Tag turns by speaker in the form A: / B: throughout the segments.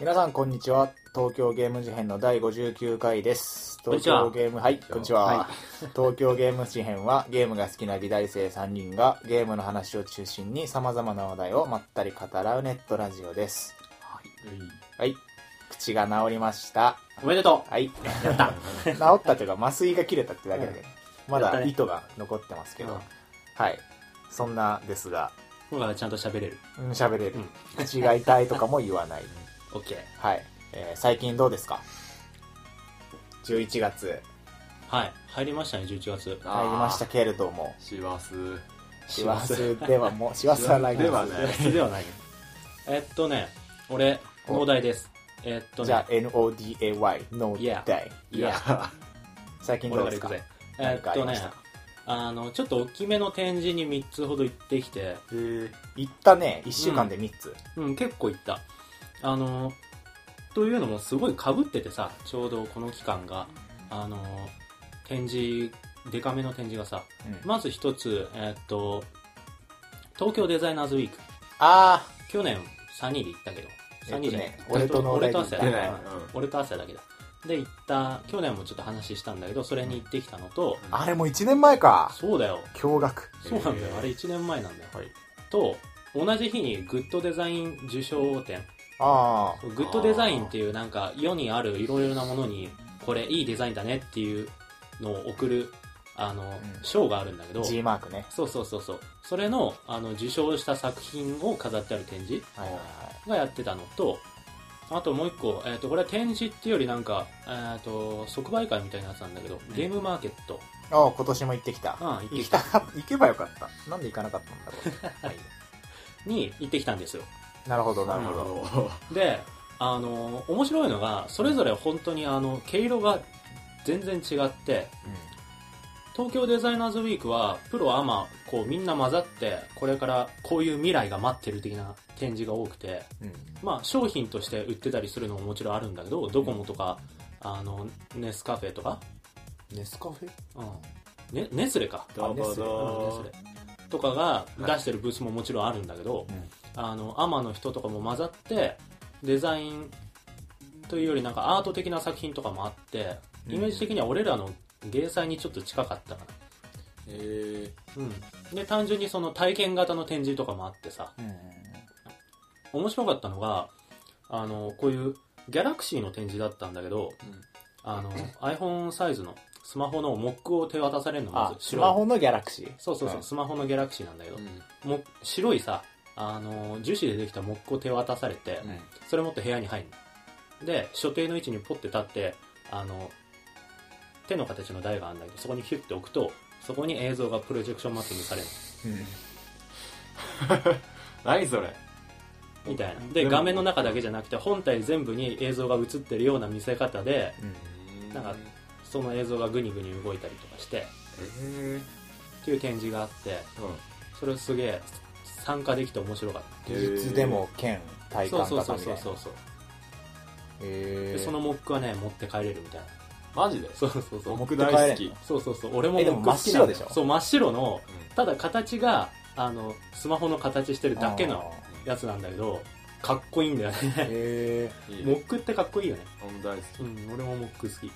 A: 皆さんこんにちは東京ゲーム事変の第59回です
B: んに
A: 東
B: ちは
A: 京ゲームはいこんにちは、
B: は
A: 東京ゲーム事変はゲームが好きな美大生3人がゲームの話を中心にさまざまな話題をまったり語らうネットラジオですはい口が治りました
B: おめでとう
A: はいやった 治ったというか麻酔が切れたってだけで、ま
B: やった
A: だ
B: ね
A: 糸が残ってますけど、
B: うん
A: はいそんなですが
B: 今回はちゃんと喋れる。
A: うん喋れる、
B: うん
A: 口が痛いとかも言わない
B: オッケー。
A: はい、えー最近どうですか11月
B: はい。入りましたね、11月。
A: 入りましたけれども
C: します
A: 師走ではもう師走はない
C: ではない
B: それではない。えっとね、俺、
A: お
B: 農大です。えっとね、
A: じゃあ NODAY No
B: Yeah
A: Day
B: いや、
A: 最近ど
B: 俺
A: う
B: か
A: で
B: ら
A: す
B: 行
A: か
B: くぜ。
A: な
B: え
A: んか
B: っ
A: あり
B: と
A: ま
B: ね
A: した、
B: あの、ちょっと大きめの展示に3つほど行ってきて、
A: 行ったね1週間で3つ、
B: うん、結構行った。あの、というのもすごい被っててさ、ちょうどこの期間が、あの、展示、デカめの展示がさ、
A: うん
B: まず一つ、えっと、東京デザイナーズウィーク。
A: あ
B: 去年サニーで行ったけどサニーじゃない
A: えっとね俺との
B: 俺と
A: 俺と
B: 汗
A: 汗
B: だ
C: 出ない、うん、
B: 俺と汗だけだで行った去年もちょっと話したんだけどそれに行ってきたのと、
A: ああれも1年前か
B: そうだよ
A: 驚愕
B: そうなんだよ、
C: えー
B: あれ1年前なんだよ、
A: はい
B: と同じ日にグッドデザイン受賞展
A: ああ
B: グッドデザインっていうなんか世にあるいろいろなものにこれいいデザインだねっていうのを送るあの、
A: うん
B: 賞があるんだけど
A: G マークね
B: そうそうそうそうそれのあの受賞した作品を飾ってある展示
A: はいはいはい
B: がやってたのと、あともう一個、えっ、と、これは展示っていうよりなんか、えっ、と、即売会みたいなやつなんだけど、ゲームマーケット。
A: ああ今年も行ってきた
B: うん行って
A: 行き
B: き
A: た
B: た
A: かった行けばよかったなんで行かなかったんだろ
B: に行ってきたんですよ。
A: うなるほどなる
C: な
A: ほ
C: る
A: ど
C: ほど
B: で、あの、面白いのが、それぞれ本当にあの、毛色が全然違って、東京デザイナーズウィークは、プロ、アマ、こうみんな混ざって、これからこういう未来が待ってる的な展示が多くて、
A: うんうん
B: まあ、商品として売ってたりするのももちろんあるんだけど、ドコモとか、あの、ネスカフェとか、
A: ネスカフェ
B: うん。ね、ネスレか。
C: どうもど
B: うんネスレとかが出してるブースももちろんあるんだけど、あの、アマの人とかも混ざって、デザインというよりなんかアート的な作品とかもあって、イメージ的には俺らの芸祭にちょっと近かったかな。
C: え
B: うん。で、単純にその体験型の展示とかもあってさ、
A: うん
B: 面白かったのが、あの、こういうギャラクシーの展示だったんだけど、
C: うん
B: あの、iPhone サイズのスマホのモックを手渡されるのま
A: あ
B: ず
A: ス
B: 白い
A: マホのギャラクシー
B: そうそうそう、
A: ん
B: スマホのギャラクシーなんだけど、
C: ー
B: もう白いさ、あのー樹脂でできた木工手を渡されて、
C: うん
B: それ持って部屋に入るの。で、所定の位置にポッて立って、あの、手の形の台があるんだけど、そこにヒュッて置くと、そこに映像がプロジェクションマッピングされる
A: うん
C: 何それ
B: みたいな。で、画面の中だけじゃなくて、本体全部に映像が映ってるような見せ方で、
A: うん
B: なんか
C: う
B: その映像がグニグニ動いたりとかして、
C: え
B: っていう展示があって、
C: ーうん
B: それすげえ参加できて面白かった。
A: 技術でも兼体
B: そう
A: 感
B: そう
A: 型
B: そ
A: み
B: う
A: たい
B: そ
A: な
B: うそうそう。
A: へ
B: で
A: ー
B: そのモックはね持って帰れるみ たいな
C: マジで
B: そうそうそう
C: 僕大好き
B: そうそうそう俺も
A: えでも
B: モック好きなんだ
A: 真っ白で
B: よ
A: しょ
B: そう真っ白のただ形があのスマホの形してるだけの
A: あ
B: やつなんだけどかっこいいんだよ
A: ー
B: ね
A: へ
C: うんいい
B: モ
C: ね
B: ックってかっこいいよね
C: 俺も大好き
B: うん俺もモック好き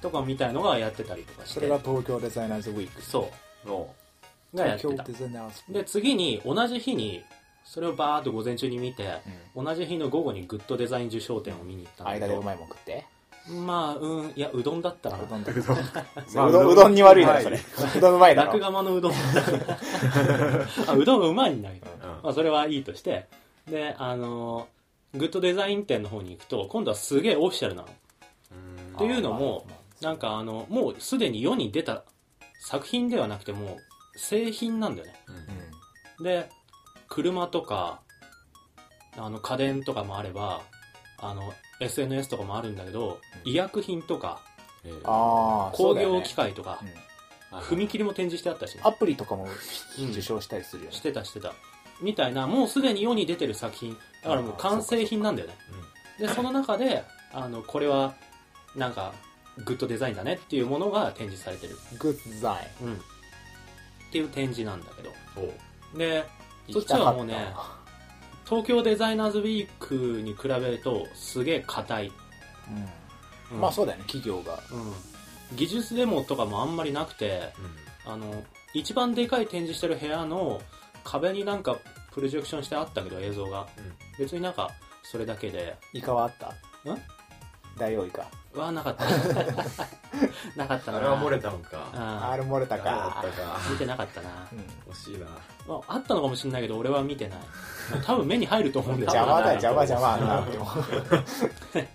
B: とかみたいのがやってたりとか
A: ー
B: して
A: それが東京デザイナーズウィーク
B: そ
C: の
B: うがやっ
A: 東
B: て
A: 京
B: た
A: デザイナーズウィー
B: で
A: ク
B: 次に同じ日にそれをバーっと午前中に見て同じ日の午後にグッドデザイン受賞展を見に行った
A: うん
B: んだけ
A: 間でう
B: ど
A: まいもん食って
B: まあうんいやうどんだったかな
A: うどんだ
C: うどん
A: うどんうどんに悪いなそれうどんうまいだろ
B: 落釜のうどん あうどんうまいんだけど、
C: うん
B: まあ、それはいいとしてであのーグッドデザイン店の方に行くと今度はすげえオフィシャルなの
C: うん
B: っていうのも
A: あーまあ
B: なんかあのもうすでに世に出た作品ではなくてもう製品なんだよね
C: うん
A: う
B: で車とかあの家電とかもあればあの SNS とかもあるんだけど
A: うん
B: 医薬品とか
C: えー
A: んああ
B: 工業機械とか、
C: あ
B: 踏切も展示してあったしね、
A: アプリとかも
B: うん
A: 受賞したりするよね
B: してたしてたみたいなもうすでに世に出てる作品だからもう完成品なんだよねでその中であのこれはなんかグッドデザインだねっていうものが展示されてる、
A: グッドデザイン
B: うん、っていう展示なんだけど
C: おう
B: でそ
A: 行
B: っ
A: き
B: ち
A: たか
B: は
A: た
B: もうね東京デザイナーズウィークに比べるとすげえ硬い、
A: うんまあそうだよね企業が
B: うん、技術デモとかもあんまりなくてあの一番でかい展示してる部屋の壁になんかプロジェクションしてあったけど映像が、別になんかそれだけで
A: イカはあった
B: ん
A: ダイオウイカ
B: うわなかったなかったな
C: あれは漏れたのか。
B: あ
A: あれ漏れた
C: ダメだ
A: か
C: ったか。
B: 見てなかったな、
A: うん
C: 惜しいな。
B: まあ、あったのかもしれないけど俺は見てない多分目に入ると思うんだよ
A: 邪魔だよ
B: 多分
A: 邪魔邪魔あんなのでも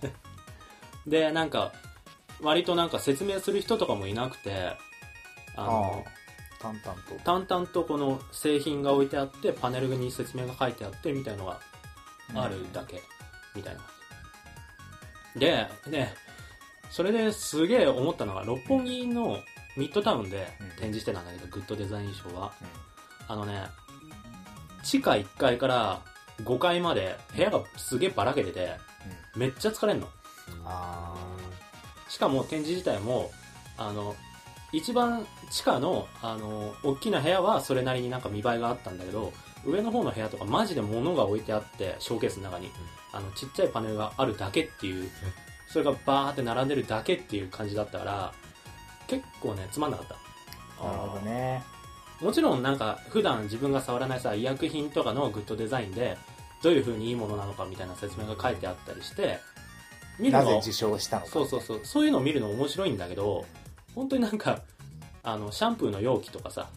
B: でなんか割となんか説明する人とかもいなくてあの
A: あ淡々と
B: 淡々とこの製品が置いてあってパネルに説明が書いてあってみたいのがあるだけ、みたいなででそれですげえ思ったのが六本木のミッドタウンで
A: うん
B: 展示してたんだけど、グッドデザイン賞はあのね地下1階から5階まで部屋がすげえばらけててめっちゃ疲れんの
A: あ
B: しかも展示自体もあの一番地下のあの大きな部屋はそれなりになんか見栄えがあったんだけど上の方の部屋とかマジで物が置いてあってショーケースの中に、あのちっちゃいパネルがあるだけっていうそれがバーって並んでるだけっていう感じだったから結構ねつまんなかった
A: あなるほどね
B: もちろんなんか普段自分が触らないさ医薬品とかのグッドデザインでどういう風にいいものなのかみたいな説明が書いてあったりして見る
A: な
B: の
A: ぜ受賞したのか
B: そうそうそうそういうのを見るの面白いんだけど本当になんかあのシャンプーの容器とかさ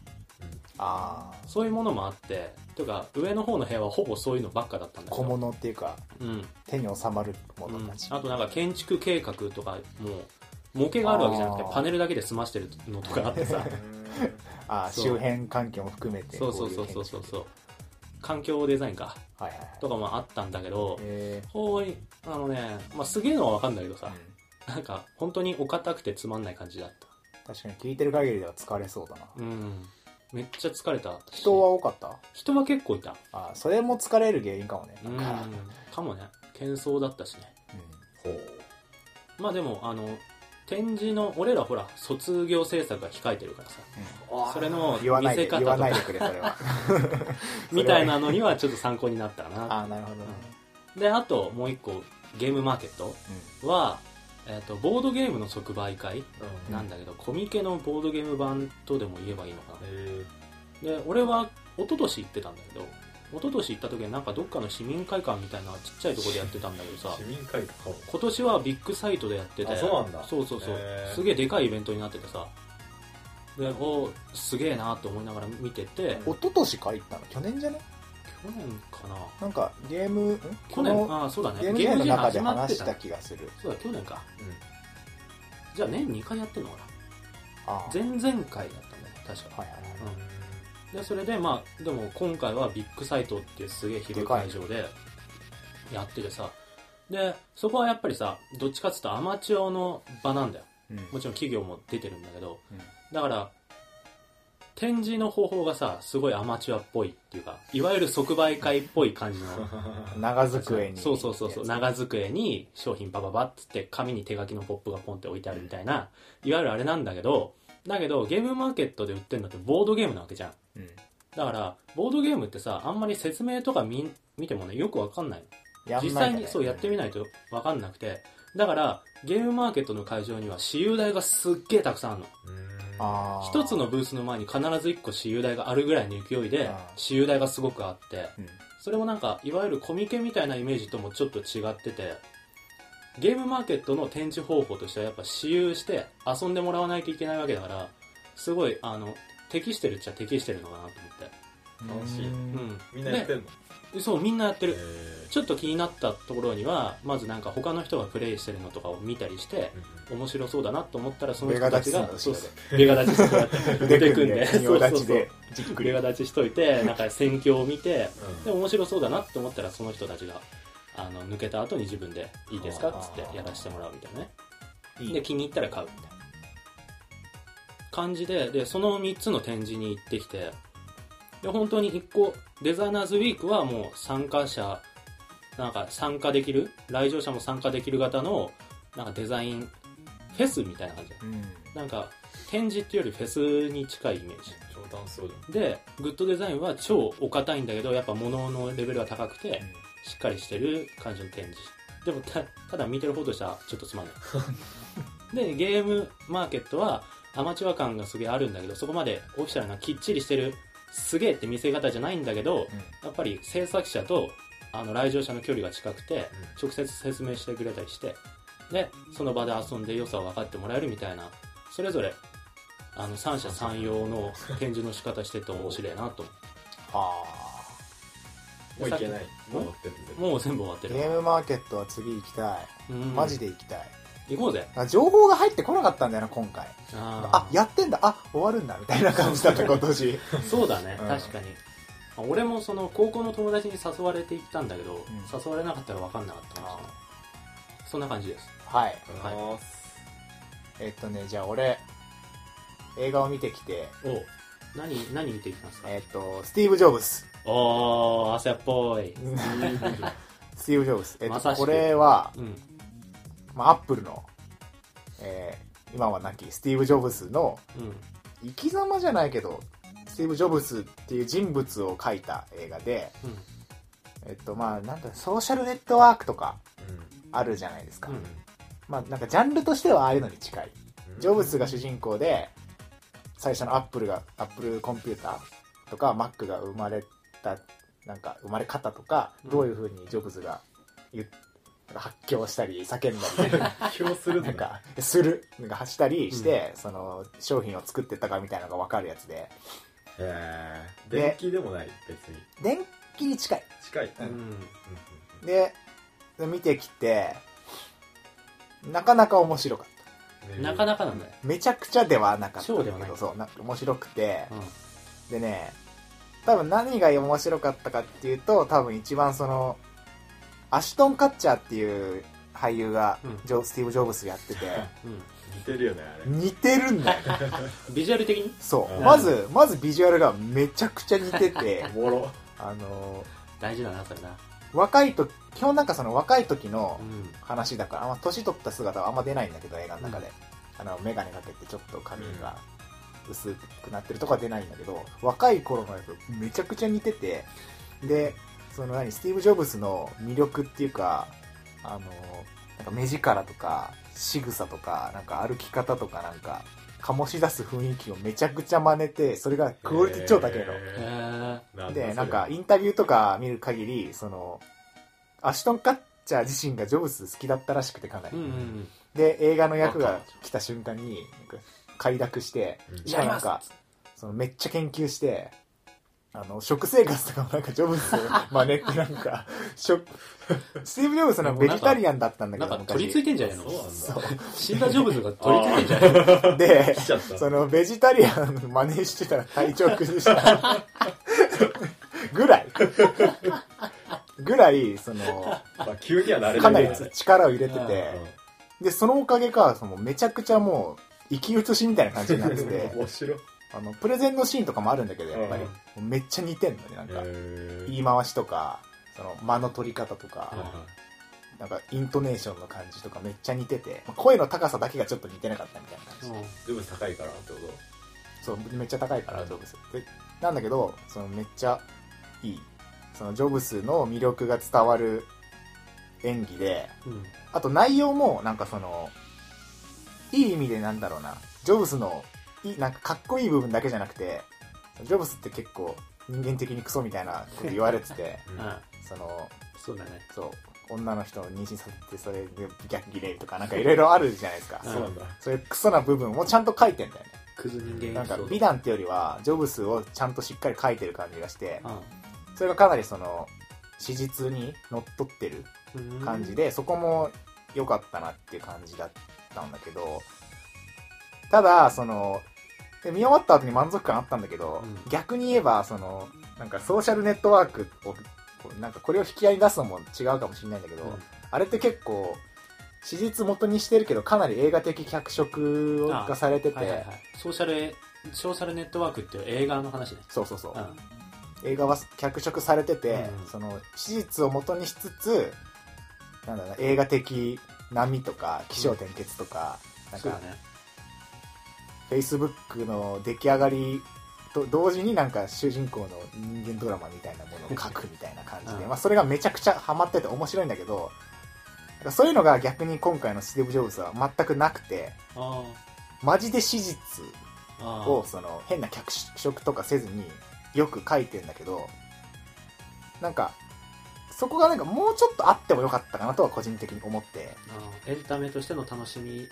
A: ああ
B: そういうものもあってとか上の方の部屋はほぼそういうのばっかだったんだけ
A: 小
B: ど、
A: 物っていうか
B: うんうん、
A: 手に収まるものたち、
B: あとなんか建築計画とかも模型があるわけじゃなくて
A: あー
B: パネルだけで済ましてるのとかあってさ
A: ああ
B: そう
A: 周辺環境も含めて
B: そうそうそうそうそうそう環境デザインか
A: うはいはいはい
B: とかもあったんだけど
A: え
B: ほいあのね、まあ、すげえのはわかんないけど
A: ー
B: さなんか本当にお堅くてつまんない感じだった
A: 確かに聞いてる限りでは疲れそうだな
B: うんめっちゃ疲れたし
A: 人は多かった
B: 人は結構いた
A: ああそれも疲れる原因かもね
B: うん
A: なんか
B: かもね喧騒だったしね
C: ほう。
B: まあでもあの展示の俺らほら卒業制作が控えてるからさそれの
A: うん言わない
B: 見せ
A: で
B: 方
A: 言
B: と
A: わない
B: か
A: でくれそれ は
B: みたいなのにはちょっと参考になったかな
A: ああなるほどね、
B: であともう一個ゲームマーケットは、えっとボードゲームの即売会
C: うん。
B: なんだけど、コミケのボードゲーム版とでも言えばいいのか
C: へー
B: なで俺は一昨年行ってたんだけど一昨年行った時はなんかどっかの市民会館みたいなちっちゃいとこでやってたんだけどさ
C: 市民会館。
B: 今年はビッグサイトでやってて
C: あそうなんだ
B: そうそうそう
C: へー
B: すげえでかいイベントになっててさでおすげえなと思いながら見てて
A: うん、一昨年か行ったの去年じゃね
B: 去年かな
A: なんかゲームん
B: 去
A: こ
B: 年
A: の
B: あそうだね
A: ゲームゲームの中で話
B: 始
A: し
B: ま
A: た
B: って
A: 気がする
B: たそうだ去年か
C: うん
B: じゃあ年2回やってんのかな
A: ああ
B: 前々回だったんだね確か
A: はいはいはい
B: でそれでまあでも今回はビッグサイトっていうすげえ広い会場でやっててさでそこはやっぱりさどっちかっつうとアマチュアの場なんだよ
A: うん
B: もちろん企業も出てるんだけど
A: うん
B: だから展示の方法がさすごいアマチュアっぽいっていうかいわゆる即売会っぽい感じの
A: 長 机に
B: そうそうそうそう長机に商品バババッつって紙に手書きのポップがポンって置いてあるみたいないわゆるあれなんだけどだけどゲームマーケットで売ってるのってボードゲームなわけじゃん
A: うん
B: だからボードゲームってさあんまり説明とか見見てもねよくわかんない
A: やんない
B: 実
A: んだね
B: 際にそうやってみないとわかんなくてだからゲームマーケットの会場には私有台がすっげえたくさんあるの
C: うん
A: ああ
B: 一つのブースの前に必ず一個私有台があるぐらいの勢いで
A: あー
B: 私有台がすごくあって
A: うん
B: それもなんかいわゆるコミケみたいなイメージともちょっと違っててゲームマーケットの展示方法としてはやっぱ私有して遊んでもらわないといけないわけだからすごいあの適してるっちゃ適してるのかなと思
C: 楽しい
A: うん
B: って、うん、
C: みんなやってんの
B: でそうみんなやってる
C: へ
B: ちょっと気になったところにはまずなんか他の人がプレイしてるのとかを見たりして
C: ー
B: 面白そうだなと思ったらその
A: ベ
B: 人
A: ガ
B: た
A: 立
B: ち
A: ちする
B: が
A: の後
B: そ
A: ろで
B: うそうベガ立ちそうやって
A: 腕組んで
B: そう
A: 仁王
B: そう
A: 立ち
B: そう
A: でじっく
B: ベ
A: り
B: ガ立ちしといてなんか戦況を見て
C: うん
B: で面白そうだなって思ったらその人たちがあの抜けた後に自分でいいですかっつってやらせてもらうみたいなね
A: いい
B: で気に入ったら買うみたいな感じででその3つの展示に行ってきてで本当に1個デザイナーズウィークはもう参加者なんか参加できる来場者も参加できる型のなんかデザインフェスみたいな感じ
A: うん
B: なんか展示っていうよりフェスに近いイメージ
C: 超ダンスそうじ
B: でグッドデザインは超お堅いんだけどやっぱ物のレベルが高くてしっかりしてる感じの展示でもたただ見てる方としてはちょっとつまんないでゲームマーケットはアマチュア感がすげえあるんだけどそこまでオフィシャルなきっちりしてるすげえって見せ方じゃないんだけどやっぱり制作者とあの来場者の距離が近くて直接説明してくれたりしてでその場で遊んで良さを分かってもらえるみたいなそれぞれあの三者三様の展示の仕方してて面白いなと思
A: あ
C: ゃんもういけない
B: うん
C: もう終わってるんで
B: うもう全部終わって
A: ー
B: る
A: ゲームマーケットは次行きたい、
B: うん
A: マジで行きたい
B: 行こうぜ
A: あ情報が入ってこなかったんだよな今回あ
B: あ
A: やってんだあ終わるんだみたいな感じだった今年
B: あそうだね
A: うん
B: 確かに俺もその高校の友達に誘われて行ったんだけど、
A: ん
B: 誘われなかったら分かんなかったかもしれないそんな感じです
A: はい
C: ありがとうございます
A: えっとねじゃあ俺映画を見てきて
B: お何何見ていきますか
A: えっとスティーブ・ジョブス
B: おー汗っぽい
A: スティーブ・ジョブス、えっ
B: ま
A: と、
B: さしく
A: これは、
B: うん
A: まあ、アップルの、えー今は亡きスティーブ・ジョブスの
B: うん
A: 生き様じゃないけどスティーブ・ジョブスっていう人物を描いた映画で、
B: うん
A: えっとまあ、なんだソーシャルネットワークとか
C: うん
A: あるじゃないですか、
B: うん
A: まあ、なんかジャンルとしてはああいうのに近い
C: うん
A: ジョブズが主人公で最初のアップルがアップルコンピューターとか Mac が生まれたなんか生まれ方とか、
B: うん
A: どういうふうにジョブズが言っなんか発狂したり叫んだ
C: 発表する
A: りなんかするなんかしたりして、その商品を作ってたかみたいなのが分かるやつで
C: へえ
A: で
C: 電気でもない別に
A: 電気に近い
C: 近い、
A: うん
B: うん
A: でで見てきてなかなか面白かった
B: なかな
C: か
B: かなんだよ。
A: めちゃくちゃではなかったんだけ
B: そうではない
A: どそうなんか面白くて、
B: うん。
A: でね多分何が面白かったかっていうと多分一番そのアシュトン・カッチャーっていう俳優が
B: うん
A: ジョ、スティーブ・ジョブスやってて
C: 似てるよねあれ
A: 似てるんだよ
B: ビジュアル的に
A: そう
C: うん
A: まずまずビジュアルがめちゃくちゃ似てて
C: おもろ
A: あの
B: 大事だな、それな。
A: 若い時基本なんかその若い時の
B: うん。
A: 話だからあんま年取った姿はあんま出ないんだけど映画の中で、あの眼鏡かけてちょっと髪が薄くなってるとかは出ないんだけど若い頃のやつめちゃくちゃ似ててでその何スティーブ・ジョブスの魅力っていうかあのなんか目力とか仕草とかなんか歩き方とかなんか醸し出す雰囲気をめちゃくちゃ真似てそれがクオリティ超高いの。
B: へー
C: へーだそれ
A: でなんかインタビューとか見る限りそのアシュトン・カッチャー自身がジョブス好きだったらしくてかなり、
B: うんうん
A: で映画の役が来た瞬間になんか快諾して
C: うん
A: しかもなん
B: や
A: かそのめっちゃ研究してあの食生活とかもなんかジョブズを真似ってなん か食スティーブ・ジョブズのベジタリアンだったん
B: う
A: だけ
B: ん。な
A: ど
B: んか取り付いてんじゃないの
C: そうなんだ
A: そう
B: 死んだジョブズ が取り付いてんじゃないの
A: で
C: 来ちゃった
A: そのベジタリアンの真似してたら体調崩したぐらいぐらいその
C: まあ急にはなれ
A: かな
C: け
A: り
C: どね
A: 力を入れて
B: うん
A: てでそのおかげかそのめちゃくちゃもう生き写しみたいな感じになって
C: うん
A: て
C: 面白い
A: あのプレゼンのシーンとかもあるんだけどやっぱり、
C: うん
A: もうめっちゃ似てんのねなんか、
C: へ
A: 言い回しとかその間の取り方と
C: ーはい
A: か、
C: は
A: なんかイントネーションの感じとかめっちゃ似ててまあ声の高さだけがちょっと似てなかったみたいな感じ、
B: うん
C: いジョブズ高いからってこと
A: そうめっちゃ高いから
C: うん
A: ジョブスでなんだけどそのめっちゃいいそのジョブスの魅力が伝わる演技で
B: うん。
A: あと内容もなんかそのいい意味でなんだろうなジョブスのいいなんかかっこいい部分だけじゃなくてジョブスって結構人間的にクソみたいなこと言われて て
C: うん
B: あ
A: その
B: そうだね。
A: そう女の人を妊娠させてそれで逆ギレるとかなんかいろいろあるじゃないですか、
B: うん
C: そうなんだ
A: そういうクソな部分をちゃんと書いてんだよね
B: クズ人間
A: なんか
B: そう
A: 美談ってよりはジョブスをちゃんとしっかり書いてる感じがして
B: う
A: それがかなりその史実にのっとってる
B: ん
A: 感じ。で、そこも良かったなっていう感じだったんだけど、ただ、その、で見終わった後に満足感あったんだけど、
B: うん
A: 逆に言えば、その、なんかソーシャルネットワークを、こうなんかこれを引き合いに出すのも違うかもしれないんだけど、
B: うん
A: あれって結構、史実元にしてるけど、かなり映画的脚色
B: あ
A: がされてて、
B: はいはいはい。ソーシャル、ソーシャルネットワークっていう映画の話ね。
A: そうそうそう
B: う、ん。
A: 映画は脚色されてて、
B: うん
A: その史実を元にしつつなんだろうな映画的波とか起承転結とか、
B: そう
A: なん
B: だ
A: か
B: ね。
A: フェイスブックの出来上がりと同時になんか主人公の人間ドラマみたいなものを書くみたいな感じで、
B: うん
A: まあ、それがめちゃくちゃハマってて面白いんだけどなんかそういうのが逆に今回のスティーブ・ジョブズは全くなくて
B: あ
A: マジで史実
B: ああ
A: をその変な脚色とかせずによく書いてんだけどなんかそこがなんかもうちょっとあってもよかったかなとは個人的に思って
B: あエンタメとしての楽しみ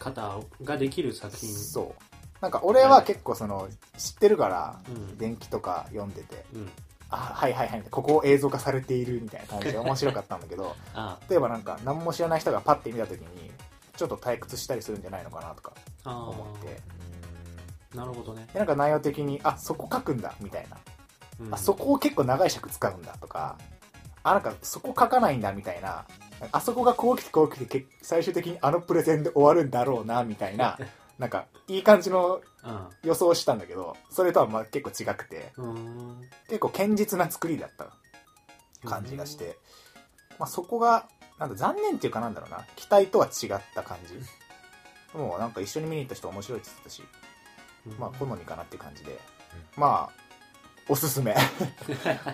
B: 方ができる作品
A: そうなんか俺は結構その知ってるから
B: うん
A: 電気とか読んでて
B: うん
A: あはいはいはいここ映像化されているみたいな感じで面白かったんだけど
B: あ
A: 例えばなんか何も知らない人がパッて見た時にちょっと退屈したりするんじゃないのかなとか
B: ああ
A: 思って
B: あなるほどね、
A: でなんか内容的にあそこ書くんだみたいな
B: うん
A: あそこを結構長い尺使うんだとかあなんかそこ書かないんだみたいなあそこがこう来てこう来てけ最終的にあのプレゼンで終わるんだろうなみたい ななんかいい感じの
B: うん
A: 予想をしたんだけどそれとはまあ結構違くて
B: うーん
A: 結構堅実な作りだった感じがして、まあ、そこがなんだ残念っていうかなんだろうな期待とは違った感じもうなんか一緒に見に行った人面白いって言ってたし、
B: うん
A: まあ、好みかなっていう感じで、まあおすす め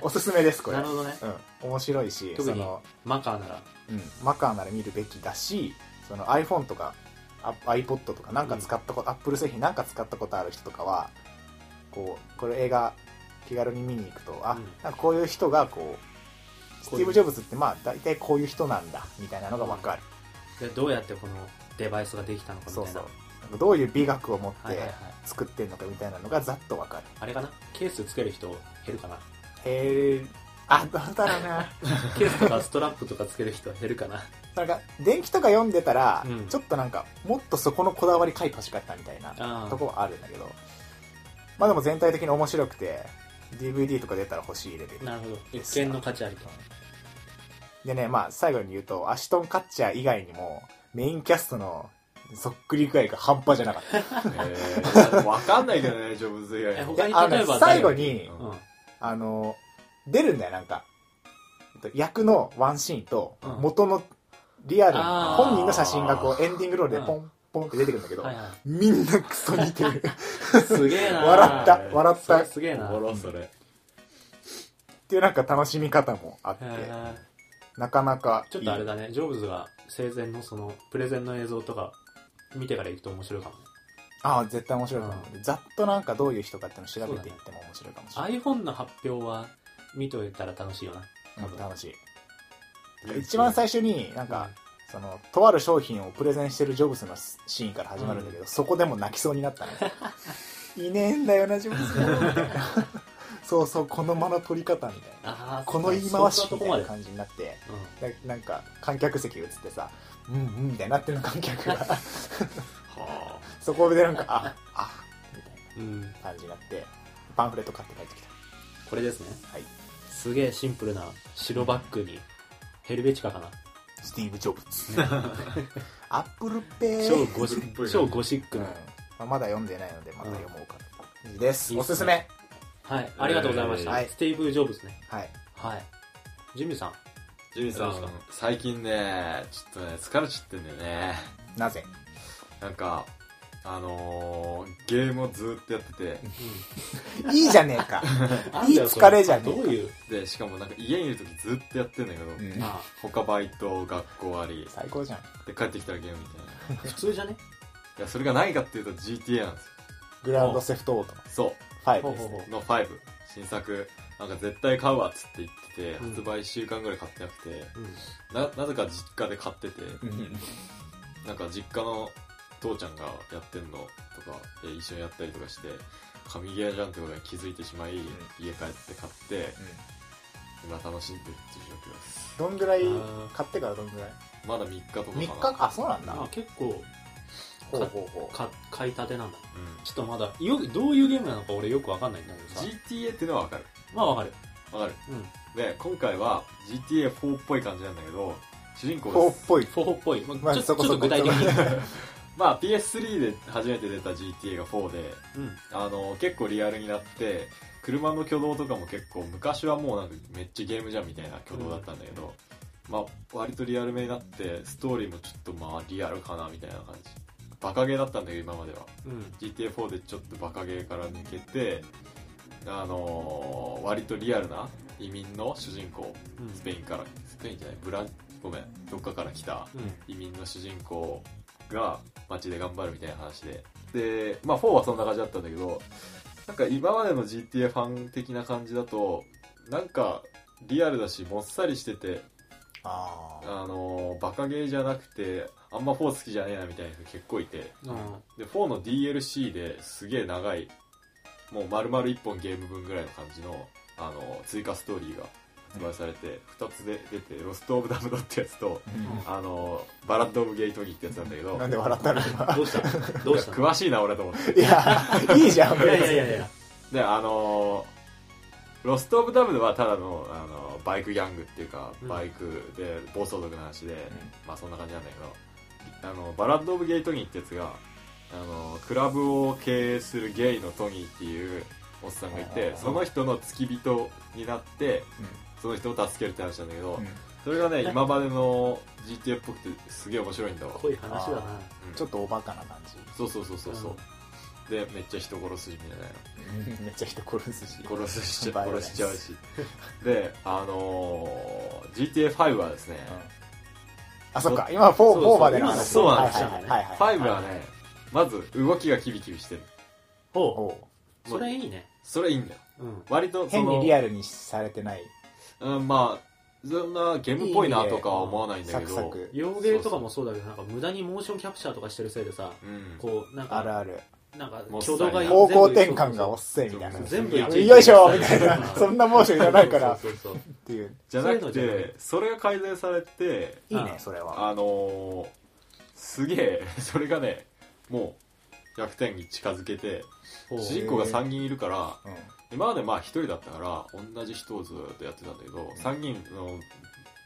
A: おすすめですこれ
B: なるほどね
A: うん、面白いし
B: 特に
A: その、
B: マカーなら
A: うん、マカーなら見るべきだしその iPhone とかあ iPod とかなんか使ったこと、Apple 製品なんか使ったことある人とかはこうこれ映画気軽に見に行くとあ、
B: うん
A: なんかこういう人がこうスティーブ・ジョブズってまあ大体こういう人なんだみたいなのが分かる、
B: でどうやってこのデバイスができたのかみた
A: そ
B: い
A: う
B: な
A: そうなんかどういう美学を持っ
B: はい
A: て
B: はいはい
A: 作ってんのかみたいなのがざっと分かる
B: あれかなケースつける人減る かな
A: へえあどうだろう な
B: ケースとかストラップとかつける人減るかな
A: なんか電気とか読んでたら、
B: うん
A: ちょっとなんかもっとそこのこだわり書いてほしかったみたいな
B: あー
A: とこはあるんだけどまあでも全体的に面白くて DVD とか出たら欲しいレベル
B: なるほど一見の価値ありと
A: でねまあ最後に言うとアシュトン・カッチャー以外にもメインキャストのそっくり具合が半端じゃなかった
C: 分かんないじゃないジョブズ以
B: え
C: 外
B: 他
A: い
B: に
A: やあの
B: 例えば
A: 最後
B: 誰
A: に
C: うん
B: うん
A: あの出るんだよなんかえっと役のワンシーンと
B: うん
A: 元のリアル
B: あ
C: ー
A: 本人の写真がこうエンディングロールでポンポンって出てくるんだけど、
B: はいは
A: みんなクソ似て る
B: いすげえな
A: 笑った笑っ
B: そ
A: た
B: れ
A: っ
B: すげえな
C: おもろそれ
A: ていうなんか楽しみ方もあって
B: へー
A: なかなかいい
B: ちょっとあれだねジョブズが生前のそのプレゼンの映像とか見てから行くと面白いかもね
A: ああ絶対面白いと思う、ざっとなんかどういう人かっていうのを調べていっても面白いかもしれない、
B: iPhone の発表は見といたら楽しいよな
A: う
B: 多
A: ん
B: 分
A: 楽しい一番最初になん
B: う
A: か
B: ん、
A: そのとある商品をプレゼンしてるジョブズのシーンから始まるんだけど、そこでも泣きそうになったね いねえんだよなジョブズがみたいな そうそうこの間の取り方みたいな
B: あー
A: この言い回し
B: そ
A: み
B: ん
A: た
B: なとこま
A: い
B: で
A: な感じになって
B: うん
A: ななんか観客席映ってさうんうんみたいになってる観客が
C: は
A: そこでなんかああみたいな
B: うん、
A: 感じになってパンフレット買って帰ってきた
B: これですね
A: はい
B: すげえシンプルな白バッグにヘルベチカかな
A: スティーブ・ジョブ ズアップルペイ
B: 超ゴシ
C: シンプル
B: 超ゴシック
A: うん
B: な、
A: まあ、まだ読んでないのでまた読もうかな、です
B: いい
A: お
B: っすね
A: すすめ
B: はいありがとうございました、
A: はい
B: スティーブ・ジョブズね
A: はい
B: はいジミーさん
C: ジミーさ
B: どうです
C: ん最近ねちょっとね疲れちゃってんだよね
A: なぜ
C: なんかあのー、ゲームをずーっとやってて
A: いいじゃねえか
B: あ
A: いい疲れじゃねえ
B: どういう、
C: でしかもなんか家にいる時ずーっとやってんだけど、
A: うん
B: ま
C: 他バイト学校あり
A: 最高じゃん
C: で帰ってきたらゲームみたいな
B: あ、普通じゃね
C: いやそれが何かっていうと GTA なんですよ
A: グランドセフトオート
C: そ
A: 5です
B: ほうほうほ
A: ね
C: うの5新作なんか絶対買うわっつって言ってて、
B: うん
C: 発売1週間ぐらい買ってなくて
B: うん
C: ななぜか実家で買ってて、
A: うん
C: なんか実家の父ちゃんがやってんのとか、えー一緒にやったりとかして神ゲーじゃんってことに気づいてしまい、家帰って買って今楽しんでるっていう状況です
A: どんぐらい
B: あー
A: 買ってからどんぐらい
C: まだ3日とかかな
A: 3日あそうなんだ
B: まあ、結構
A: ほうほうほ
B: か買いたてなんだ
C: うん
B: ちょっとまだよどういうゲームなのか俺よくわかんないんだけどさ
C: GTA っていうのはわかる
B: まあわかる
C: わかる
B: うん
C: で今回は GTA4 っぽい感じなんだけど主人
A: うほ
C: 公
A: う
C: で
A: っ
C: す
A: ぽい
B: フォーっぽい、まあ
A: まあ
B: ちょ
A: そこ
B: ちょ
A: そ
B: っと
A: こ
B: 具体的に、
C: まあ PS3 で初めて出た GTA が4で
B: うん、
C: あの結構リアルになって車の挙動とかも結構昔はもうなんかめっちゃゲームじゃんみたいな挙動だったんだけど、まあ割とリアルめになってストーリーもちょっとまあリアルかなみたいな感じバカゲーだったんだけど今までは
B: うん。
C: GTA4 でちょっとバカゲーから抜けてあのー割とリアルな移民の主人公
B: うん
C: スペインからスペインじゃないブランごめんどっかから来た
B: うん。
C: 移民の主人公が街で頑張るみたいな話ででまあ4はそんな感じだったんだけどなんか今までの GTA ファン的な感じだとなんかリアルだしもっさりしてて
A: ああ
C: あのバカゲーじゃなくてあんま4好きじゃねえなみたいな人結構いて
B: うん。
C: で4の DLC ですげえ長いもう丸々1本ゲーム分ぐらいの感じのあの追加ストーリーが発売されて、2つで出て「ロスト・オブ・ダムド」ってやつと「あのバラッド・オブ・ゲイ・トギ」ってやつなんだけど
A: なんで笑ったの今
B: どうしたどうした
C: 詳しいな俺と思って
A: いやいいじゃん
B: いやいやいやいや。
C: であのーロスト・オブ・ダムドはただの、あのバイクギャングっていうか
B: うん
C: バイクで暴走族の話で、まあそんな感じなんだけどあのバラッド・オブ・ゲイ・トニーってやつがあのクラブを経営するゲイのトニーっていうおっさんがい
A: あ
C: て
A: ー
C: その人の付き人になってその人を助けるって話なんだけど、
A: うんうん
C: それがね今までの GTA っぽくてすげえ面白いんだわ、
B: 濃い話だな。
C: うん
A: ちょっとおバカな感じ
C: そうそうそうそうそう、でめっちゃ人殺すみたいな
A: めっちゃ人殺すし
C: 殺しちゃ
A: バイオレン
C: 殺
A: ス
C: しちゃうしであのー、GTA5 はですね、
A: あそっか今は 4,
B: そう
A: 4までの
B: 今の
A: 話
C: そうなん
B: ですよ
A: はいはいはいはい
C: 5はね、まず動きがキビキビしてる
B: ほ
A: おう
B: う。それいいね。
C: それいいんだよ
B: うん。
C: 割とそ
A: 変
C: の
A: にリアルにされてない
C: うん、まあそんなゲームっぽいなとかは思わないんだ
A: サ
C: け
A: ク
C: ど
A: サク
B: 洋芸とかもそうだけど、なんか無駄にモーションキャプチャーとかしてるせいでさ、
C: うん
B: こう、なん
A: ある
B: か、
A: ある
B: なんか
C: もう、
B: 挙動が
A: 方向転換がおっせえみたいな
B: 全部
C: そう
A: よいしょみたいなそんなモーションいらないからっ
B: そうそうそう
A: ていう
C: じゃな
B: そういう
C: く
B: のじゃない
C: てそれが改善されて
A: いいねそれは
C: あのー、すげえそれがねもう100点に近づけて
B: ほう
C: 主人公が3人いるから
A: うん
C: 今までまあ1人だったから同じ人をずっとやってたんだけど3人の,、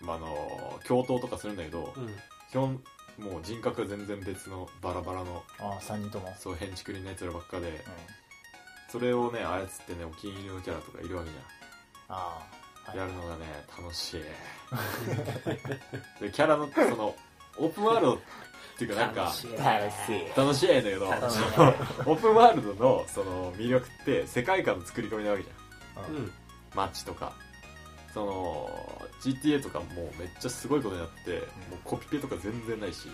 C: まあ、あのー共闘とかするんだけど、
B: うん
C: 基本もう人格が全然別のバラバラの
A: あ3人とも
C: そう変築になやつらばっかでそれをね操ってねお気に入りのキャラとかいるわけじゃん
A: ああ
C: やるのがね楽しいでキャラのそのオープンワールドっていうかなんか
B: 楽しい
A: 楽しい
C: 楽しいんだけど
A: 楽しい
C: そのオープンワールドのその魅力って世界観の作り込みなわけじゃ
A: うん
B: うん
C: ん街とかその GTA とかもうめっちゃすごいことになってもうコピペとか全然ないし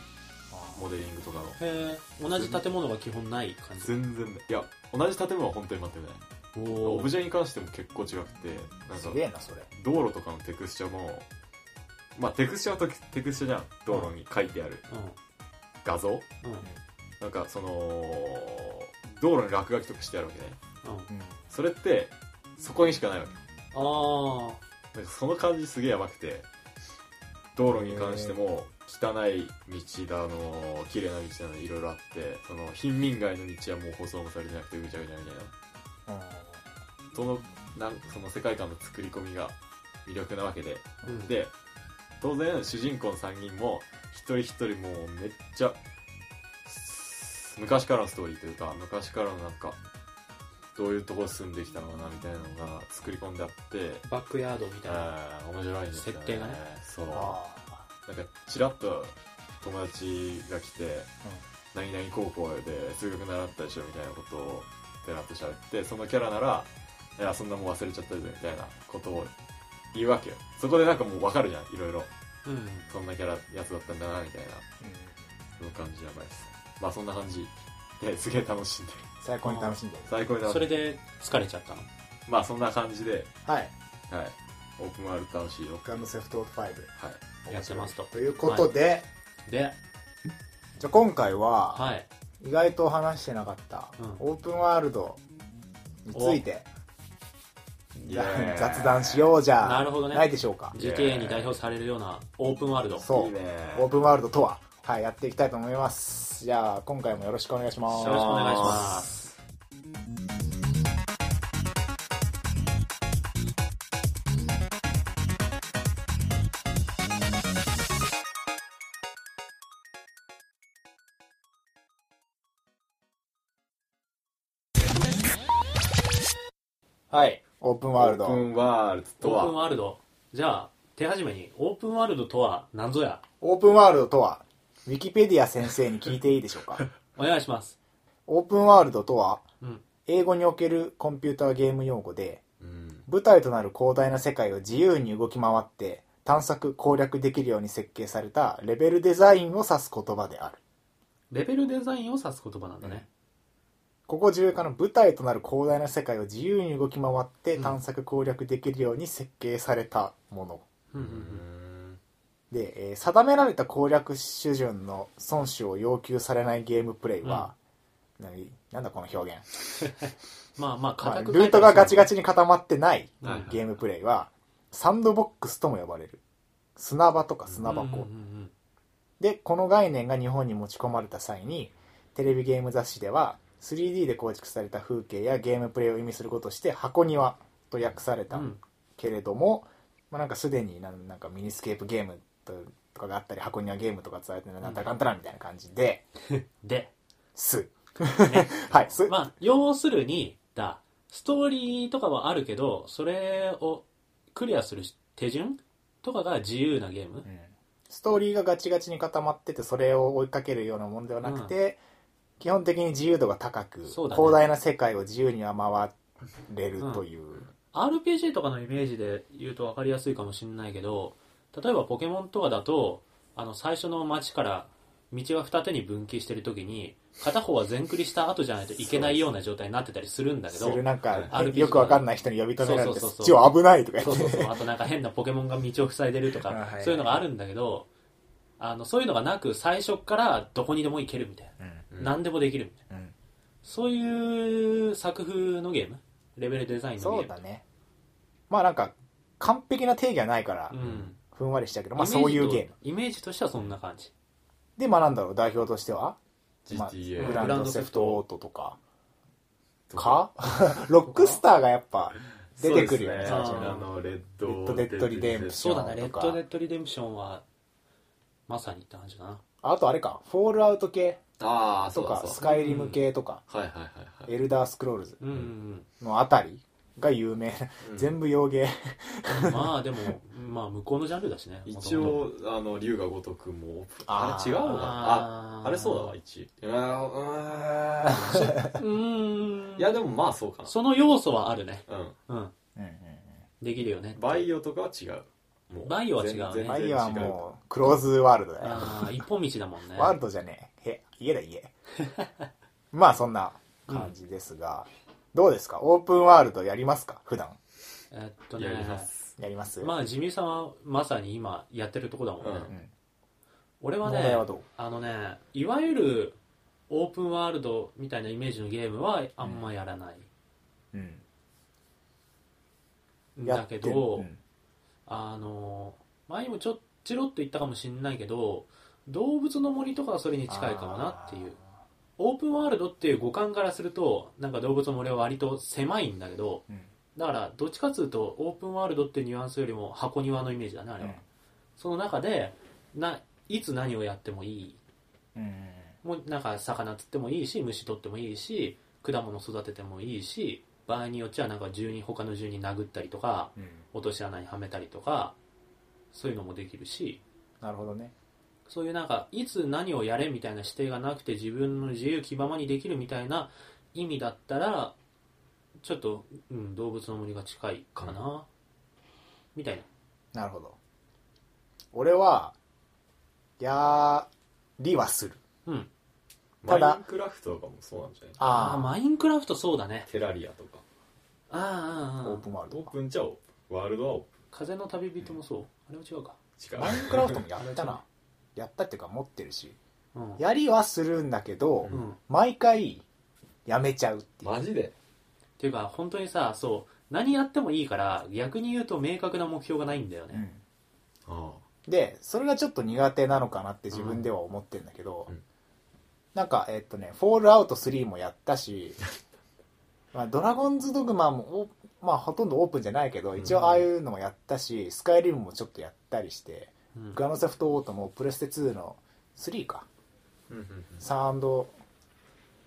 C: モデリングとかの
B: へえ同じ建物が基本ない感じ
C: 全然ないいや同じ建物は本当に全くない
B: お
C: オ
B: お
C: ブジェに関しても結構違くてなん
A: す
C: か
A: げえなそれ
C: 道路とかのテクスチャもまあテクスチャはテクテクスチャじゃん道路に書いてある
B: う
C: 画像
B: んうん
C: なんかその道路に落書きとかしてあるわけね
B: うん
A: うん
C: それってそこにしかないわけ
B: あ
C: なんかその感じすげえやばくて道路に関しても汚い道だの綺麗な道だのいろいろあってその貧民街の道はもう舗装もされてなくてぐちゃぐちゃみたいなそのなんその世界観の作り込みが魅力なわけで
B: あうん
C: で当然主人公の3人も一人一人もうめっちゃす昔からのストーリーというか昔からのなんかどういうとこ住んできたのかなみたいなのが作り込んであって
B: バックヤードみたいな
C: あー面白いんですよね
B: 設定がね
C: そうな
A: ああ
C: んかちらっと友達が来て「何々高校で数学習ったでしょ」みたいなことをペラッと喋ってそのキャラなら「いやそんなもん忘れちゃったぜ」みたいなことを言うわけよそこでなんかもう分かるじゃんいろいろ
B: うん
C: そんなキャラやつだったんだなみたいな
A: うん
C: その感じやばいですまあそんな感じですげえ楽しんでる
A: 最高に楽しんでる
C: 最高に楽し
B: そ
C: んで
B: れ
C: る
B: で疲れちゃったの
C: まあそんな感じで
A: はい
C: はいオープンワールド楽しいよ
A: ガンドセフトオート5
C: はい
B: やってますと
A: ということで、
B: で
A: じゃあ今回は
B: はい
A: 意外と話してなかった、
B: うん
A: オープンワールドについて
C: イエーイ
A: 雑談しようじ
B: な
A: ゃ
B: るほどね
A: ないでしょうか
B: GTA に代表されるようなオープンワールドよ
A: そう
C: いいね
A: オープンワールドとは、はい、やっていきたいと思いますじゃあ今回もよろしくお願いしま
B: ろし
A: す
B: くお願いします
A: はいオープンワールド
C: オープンワールド
B: オ
C: と
B: ープン
C: は
B: ワールドじゃあ手始めにオープンワールドとは何ぞや
A: オープンワールドとはウィキペディア先生に聞いていいでしょうか
B: お願いします。
A: オープンワールドとは、
B: うん。
A: 英語におけるコンピューターゲーム用語で、
C: うん
A: 舞台となる広大な世界を自由に動き回って、探索、攻略できるように設計されたレベルデザインを指す言葉である。
B: レベルデザインを指す言葉なんだね。
A: ここ重要かの舞台となる広大な世界を自由に動き回って
B: うん
A: 探索攻略できるように設計されたもの、
B: うんうん
C: うん
A: で、えー定められた攻略手順の損守を要求されないゲームプレイは、何なんだこの表現、
B: うん。まあまあ、
A: まあ
B: 固く、
A: ルートがガチガチに固まってない
B: はいはい
A: ゲームプレイはサンドボックスとも呼ばれる砂場とか砂箱、
B: うんうんうん
A: でこの概念が日本に持ち込まれた際にテレビゲーム雑誌では 3D で構築された風景やゲームプレイを意味することとして箱庭と訳され
B: う
A: た
B: ん
A: けれども、まあ、なんかすでになんなんかミニスケープゲームとかがあったり箱庭ゲームとか伝われてなんだかんだらみたいな感じで
B: で、
A: 「す」
B: ね、
A: はい「す」
B: まあ、要するに、だ、ストーリーとかはあるけど、それをクリアする手順とかが自由なゲーム
A: う。んストーリーがガチガチに固まっててそれを追いかけるようなものではなくて、基本的に自由度が高く、
B: そうだね
A: 広大な世界を自由には回れるという、
B: RPG とかのイメージで言うと分かりやすいかもしれないけど例えばポケモンとかだとあの最初の街から道が二手に分岐してる時に片方は全クリした後じゃないといけないような状態になってたりするんだけど
A: するなんか、
B: RPG
A: よくわかんない人に呼び止められて
B: そうそうそうそう
A: 土を危ないとか言
B: そう
A: って
B: そうそうあとなんか変なポケモンが道を塞いでると
A: あ
B: か
A: はい
B: そういうのがあるんだけどあのそういうのがなく最初からどこにでも行けるみたいな、
C: うん
B: 何でもできるみたいな
A: うんうん
B: そういう作風のゲームレベルデザインの
A: そ
B: ゲーム
A: うだねまあなんか完璧な定義はないから、
B: うん
A: ふんわりしたけどまあそういうゲーム
B: イメージとしてはそんな感じ
A: でまあなんだろう代表としては、まあ、
C: GTA
A: グランドセフトオートとか
C: と
A: か ロックスターがやっぱ出てくるよね
C: そうです
B: 最初に
C: あのレッド
A: レッドデッドリデンプショ
B: そ
A: ン
B: うだね、レ
A: とか
B: ッド・デッド・リデンプションは、まさにって感じだな。
A: あとあれかフォールアウト系
C: ああそ
A: と
C: うだ
A: か
C: そうだ
A: スカイリム系とか、
C: はいはいはいはい
A: エルダースクロールズ
B: うんうん
A: のあたりが有名、
C: うん
A: 全部洋芸
B: うん。まあでも、まあ向こうのジャンルだしね。
C: 一
B: 元
C: 応あの龍が如くも
A: あ
C: あ
A: ー
C: れ違うのかな
B: あ
C: あ
B: ー
C: あれそうだわ1いやーう
B: 々。うー
C: ーん
B: ん。
C: いやでもまあそうか
B: その要素はあるね。
C: なう
B: う
C: ん
B: ん。
A: うんうん
B: できるよね。
C: バイオとかは違うもう
B: バイオは違うね
C: 全然
A: うん
B: バ
A: 前
C: 違う
A: はもうクローズワールドだよ
B: ああ、一本道だも んね。
A: ワールドじゃねえ。へ、家だ 家。まあそんな感じですが、どうですかオープンワールドやりますか普段。
B: えっとね
C: や、ります
A: やります
B: まあジミーさんはまさに今やってるとこだもんね。
C: うん
B: 俺は
A: 問題
B: ね
A: はどう
B: あのね、いわゆるオープンワールドみたいなイメージのゲームはあんまやらない。
A: うん。
B: ん
A: や
B: だ
A: っ
B: け
A: てる
B: ど、
A: うん
B: あの前にもちょちろっと言ったかもしれないけど動物の森とかはそれに近いかもなっていうオープンワールドっていう五感からするとなんか動物の森は割と狭いんだけど
A: うん
B: だからどっちかっていうとオープンワールドっていうニュアンスよりも箱庭のイメージだねあれは、
A: うん
B: その中でないつ何をやってもいい
A: うん
B: もうなんか魚釣ってもいいし虫取ってもいいし果物育ててもいいし場合によっちゃなんか住人他の住人殴ったりとか
A: うん
B: 落とし穴にはめたりとかそういうのもできるし
A: なるほどね。
B: そういうなんかいつ何をやれみたいな指定がなくて自分の自由気ままにできるみたいな意味だったらちょっと、うん、動物の森が近いかな、みたいな
A: なるほど。俺は、やりはする。
B: うん
A: ただ
C: マインクラフトとかもそうなんじゃない
B: あーマインクラフトそうだね
C: テラリアとか
B: あーあー
A: オー
B: あ
A: プ
B: あ
A: ンワール
C: オ
A: ド
C: ー
A: か。
C: プンじゃオープンワールドはオー
B: 風の旅人もそうあれは違うか
C: プン違う
A: マインクラフトもやった な。やったっていうか持ってるし。
B: うん
A: やりはするんだけど、
B: うん、っ
A: 毎回、やめちゃうっていう。
C: マジで
B: ていうか本当にさそう何やってもいいから逆に言うと明確な目標がないんだよね、
A: うん
C: あ
A: でそれがちょっと苦手なのかなって自分では思ってるんだけど、
C: うんうん
A: なんかえっとね「フォールアウト3」もやった し「まあ、ドラゴンズ・ドグマも」おまあ、ほとんどオープンじゃないけど一応ああいうのもやったし「スカイリム」もちょっとやったりして
B: うん
A: 「グラノセフト・オート」もプレステ2の3か
C: うんうんうん
A: サンド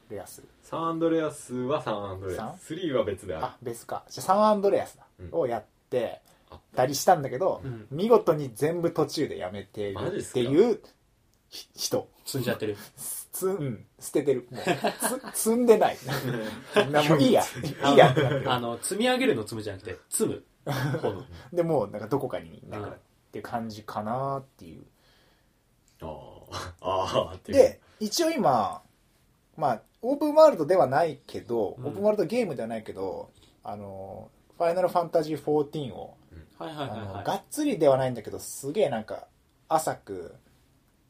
A: レアス
C: サンアンドレアスはサンアンドレ
A: サン
C: アス3は別であ
A: あ別かじゃあサンアンドレアスだ、
C: うん
A: をやって
C: あ
A: たりしたんだけど、
B: うん
A: 見事に全部途中でやめている
C: マジっ
A: っ
C: すか
A: ていうひ人
B: 積んじゃってる
A: すつん、
B: うん
A: 捨ててるもうつ 積んでないなんもい いやいいやってなってる
B: あの積み上げるの積むじゃなくて積む方の
A: でもうなんかどこかになくな
B: う
A: っ
B: ん
A: て感じかなっていう
C: ああああっていう
A: で一応今まあオープンワールドではないけど、
B: うん
A: オープンワールドゲームではないけどあのファイナルファンタジー14を
B: はいはい
A: あの
B: はい
A: が
B: は
A: っつりではないんだけどすげえなんか浅く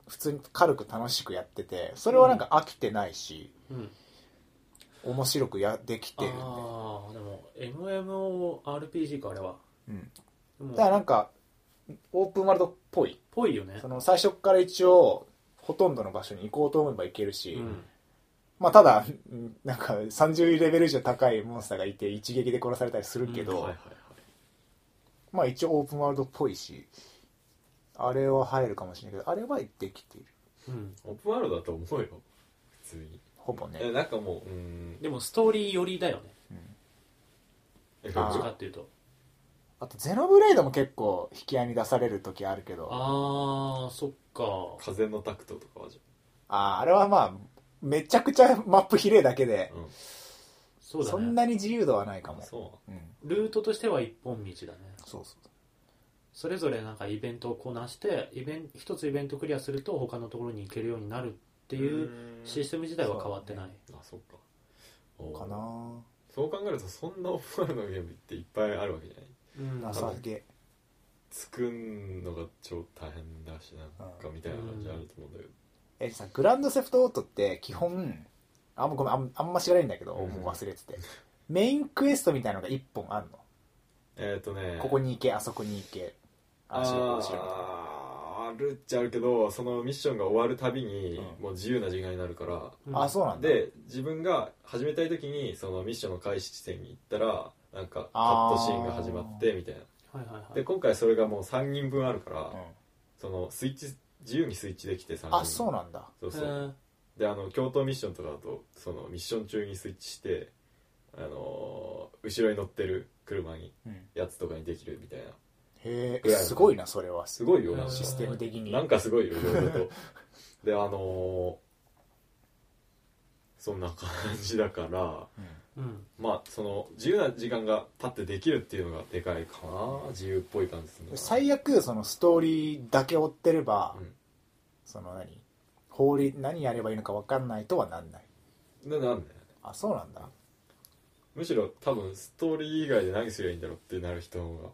A: 普通に軽く楽しくやっててそれはなんか飽きてないし、
B: い、うん、
A: 面白くやできて
B: あ
A: るんで、
B: あーでも MMORPG かあれは
A: うん、
B: でも
A: だからなんかオープンワールドっぽい
B: ぽいよね
A: その最初から一応ほとんどの場所に行こうと思えば行けるし、
B: うん
A: まあただうんなんか30レベル以上高いモンスターがいて一撃で殺されたりするけど、
C: はいはいはい
A: まあ一応オープンワールドっぽいしあれは入るかもしれないけどあれはできている
B: うん、
C: オープンワールドだと思うよ普通に
A: ほぼね
C: えなんかもううん
B: でもストーリー寄りだよね
C: え
B: ど
A: あー
B: っちかっていうと
A: あと、ゼノブレイドも結構引き合いに出される時あるけど、あ
B: ああそっか
C: 風のタクトとかはじ
A: あーあれはまあ、めちゃくちゃマップ比例だけ
C: ゃ
A: で
C: ん、、うん、
B: そうだね
A: そんなに自由度はないかも。
C: そ
A: うん。
B: ルートとしては一本道だね
A: そうそう。
B: それぞれなんかイベントをこなしてイベン一つイベントクリアすると他のところに行けるようになるって
C: う
B: いう
C: ーん
B: システム自体は変わってない、
C: あそっかおう
A: かな
C: そう考えるとそんなオープンワールドのゲームっていっぱいあるわけじゃない
B: うん
A: なさげ。
C: 作んのが超大変だしなんかみたいな感じあると思うんだけど
A: え、さ、グランドセフトオートって基本、あんまごめん、あんあんま知らないんだけど、
C: うん
A: もう忘れてて。メインクエストみたいなのが1本あるの。
C: えっ、ー、とね
A: ここに行け、あそこに行け。ああ、しろこうしろみたいな
C: あーあるっちゃあるけどそのミッションが終わるたびに
A: うん
C: もう自由な時間になるから、
B: うん
A: あ、そうなんだ。
C: で自分が始めたい時にそのミッションの開始地点に行ったらなんかカットシーンが始まってみたいな
B: はいはいはい
C: で今回それがもう3人分あるから、
A: うん
C: そのスイッチ自由にスイッチできて3人分
A: あ、そうなんだ。
C: そう
B: へ
C: そう
B: ー
C: であの共闘ミッションとかだとそのミッション中にスイッチして、あのー後ろに乗ってる車に
A: うん
C: やつとかにできるみたいな
A: へ
C: ぐ
A: え、
C: らいの
A: すごいな、それは。
C: すごいよなんか
A: システム的に。
C: なんかすごいよいろいろとであのーそんな感じだから
A: うん
B: うん
C: まあその自由な時間がパッてできるっていうのがでかいかな自由っぽい感じするのが
A: 最悪そのストーリーだけ追ってれば、
C: うん
A: その何法律何やればいいのか分かんないとはなんない
C: ななんだよね
A: あそうなんだ
C: むしろ多分ストーリー以外で何すりゃいいんだろうってなる人の方が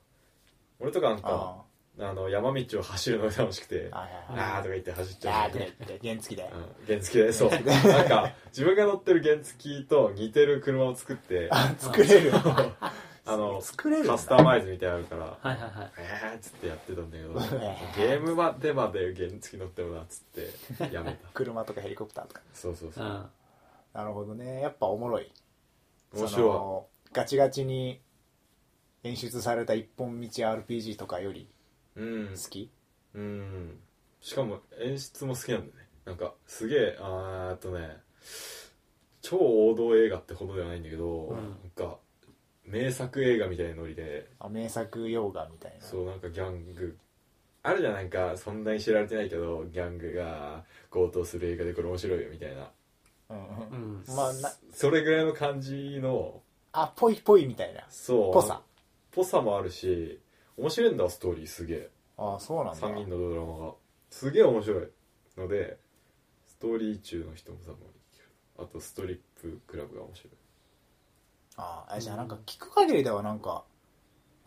C: 俺とかなんか
A: あ
C: あの山道を走るのが楽しくて
A: あはい
C: あ
A: はいはい
C: ーとか言って走っちゃ
A: あ
C: う
A: ーとか言って原付で
C: うん原付 でそうなんか自分が乗ってる原付と似てる車を作ってあ
A: あ 作れる
C: の
A: 作れるんだ
C: カスタマイズみたいなのあるから
B: はいはいはい
C: えーっつってやってたんだけどゲ
A: え
C: ームまでまで原付乗ってもなっつってや めた
A: 車とかヘリコプターとか
C: そうそうそううん
A: なるほどねやっぱおもろい
C: 面
A: そ
C: 白
A: のガチガチに演出された一本道 RPG とかより
C: いうん
A: 好き、
C: うんしかも演出も好きなんだよねなんかすげえあーっとね超王道映画ってほどではないんだけど、
B: うん
C: なんか名作映画みたいなノリで
A: あ名作洋画みたいな
C: そうなんかギャングあるじゃんなんかそんなに知られてないけどギャングが強盗する映画でこれ面白いよみたいな
A: う、んう
B: うんん
A: まあな
C: それぐらいの感じの
A: あぽいぽいみたいな
C: そう
A: ぽさ
C: ぽさもあるし面白いんだストーリーすげえ
A: ああそうなんだ
C: 3人のドラマがすげえ面白いのでストーリー中の人も多分いけるあとストリップクラブが面白い
A: ああ、
B: うん
A: じゃあなんか聞く限りではなんか、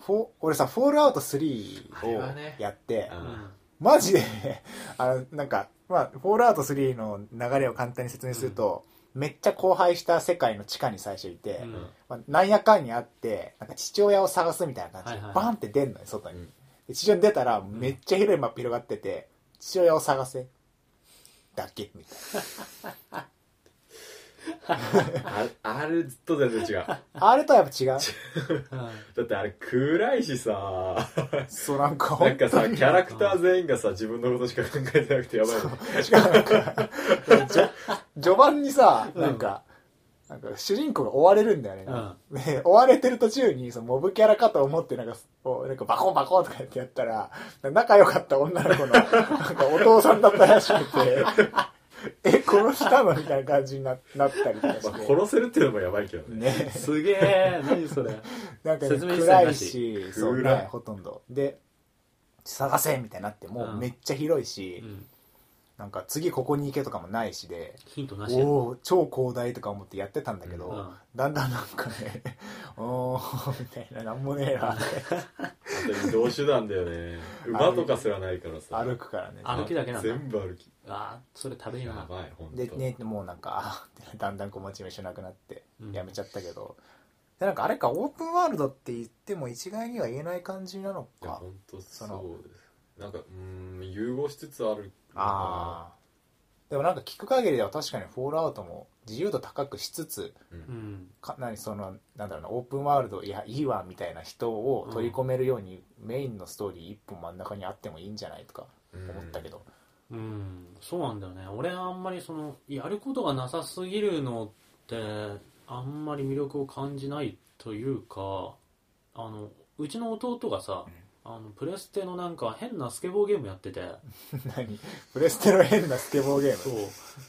A: フォー俺さ、フォールアウト3
C: あれは
A: を
C: ね
A: やって、
C: あ
B: うん
A: マジで、 あの、なんか、まあ、フォールアウト3の流れを簡単に説明すると、めっちゃ荒廃した世界の地下に最初いて、
B: うん
A: まあ、なんやかんにあって、なんか父親を探すみたいな感じで、
B: はいはい
A: バンって出んのよ、外に。
C: うん
A: で地上に出たら、めっちゃ広いマップ広がってて、父親を探せ。だけ、みたい
C: ああれと全然違う だ
A: な。あれとはやっぱ違う。
C: ってあれ暗いしさ
A: そう、なんか
C: な
A: 本
C: んか
A: 当
C: さ
A: に、
C: キャラクター全員がさ自分のことしか考えてなくてやばいよ ね
A: しかもなんか、じょ序盤にさ、なんか、なんか主人公が追われるんだよね。で追われてる途中に、そのモブキャラかと思って、なんか、こうなんかバコンバコンとかやってやったら、仲良かった女の子の、なんかお父さんだったらしくて、 え殺したのみたいな感じにななったりとか
C: まあ、
A: して、
C: 殺せるっていうのもやばいけどね
A: ね
B: すげえ何それ
A: なんか、ね、
B: 説明一切
A: 暗
B: ないし
A: しそう
C: 暗い
A: ねほとんどで探せみたいになっても
B: う
A: うんめっちゃ広いし、
B: うん
A: なんか次ここに行けとかもないしで
B: ヒントなしや
A: おお超広大とか思ってやってたんだけど、
B: うんうん
A: だんだんなんかね おーみたいななんもねえなって
C: 本当に移動手段だよね馬とかすらないからさ
A: 歩くからね
B: あ歩きだけなんだ
C: 全部歩き
B: あーそれ食べる
C: や
B: な
C: ばい本当
A: でねもうなんかあーってだんだんこうモチベーションなくなって
B: うん
A: やめちゃったけど、でなんかあれかオープンワールドって言っても一概には言えない感じなの
C: いや
A: か
C: 本当
A: そ
C: そ
A: の
C: うですなんかうーん融合しつつある
A: ああでもなんか聞く限りでは確かに「フォールアウト」も自由度高くしつつ
B: うん
A: かなりそのなんだろうなオープンワールドいやいいわみたいな人を取り込めるように、メインのストーリー一本真ん中にあってもいいんじゃないとか思ったけ
C: ど、
A: ど、
B: うんそうなんだよね俺あんまりそのやることがなさすぎるのってあんまり魅力を感じないというかあのうちの弟がさ、あのプレステのなんか変なスケボーゲームやってて
A: 何プレステの変なスケボーゲー
B: そ
A: ム
B: う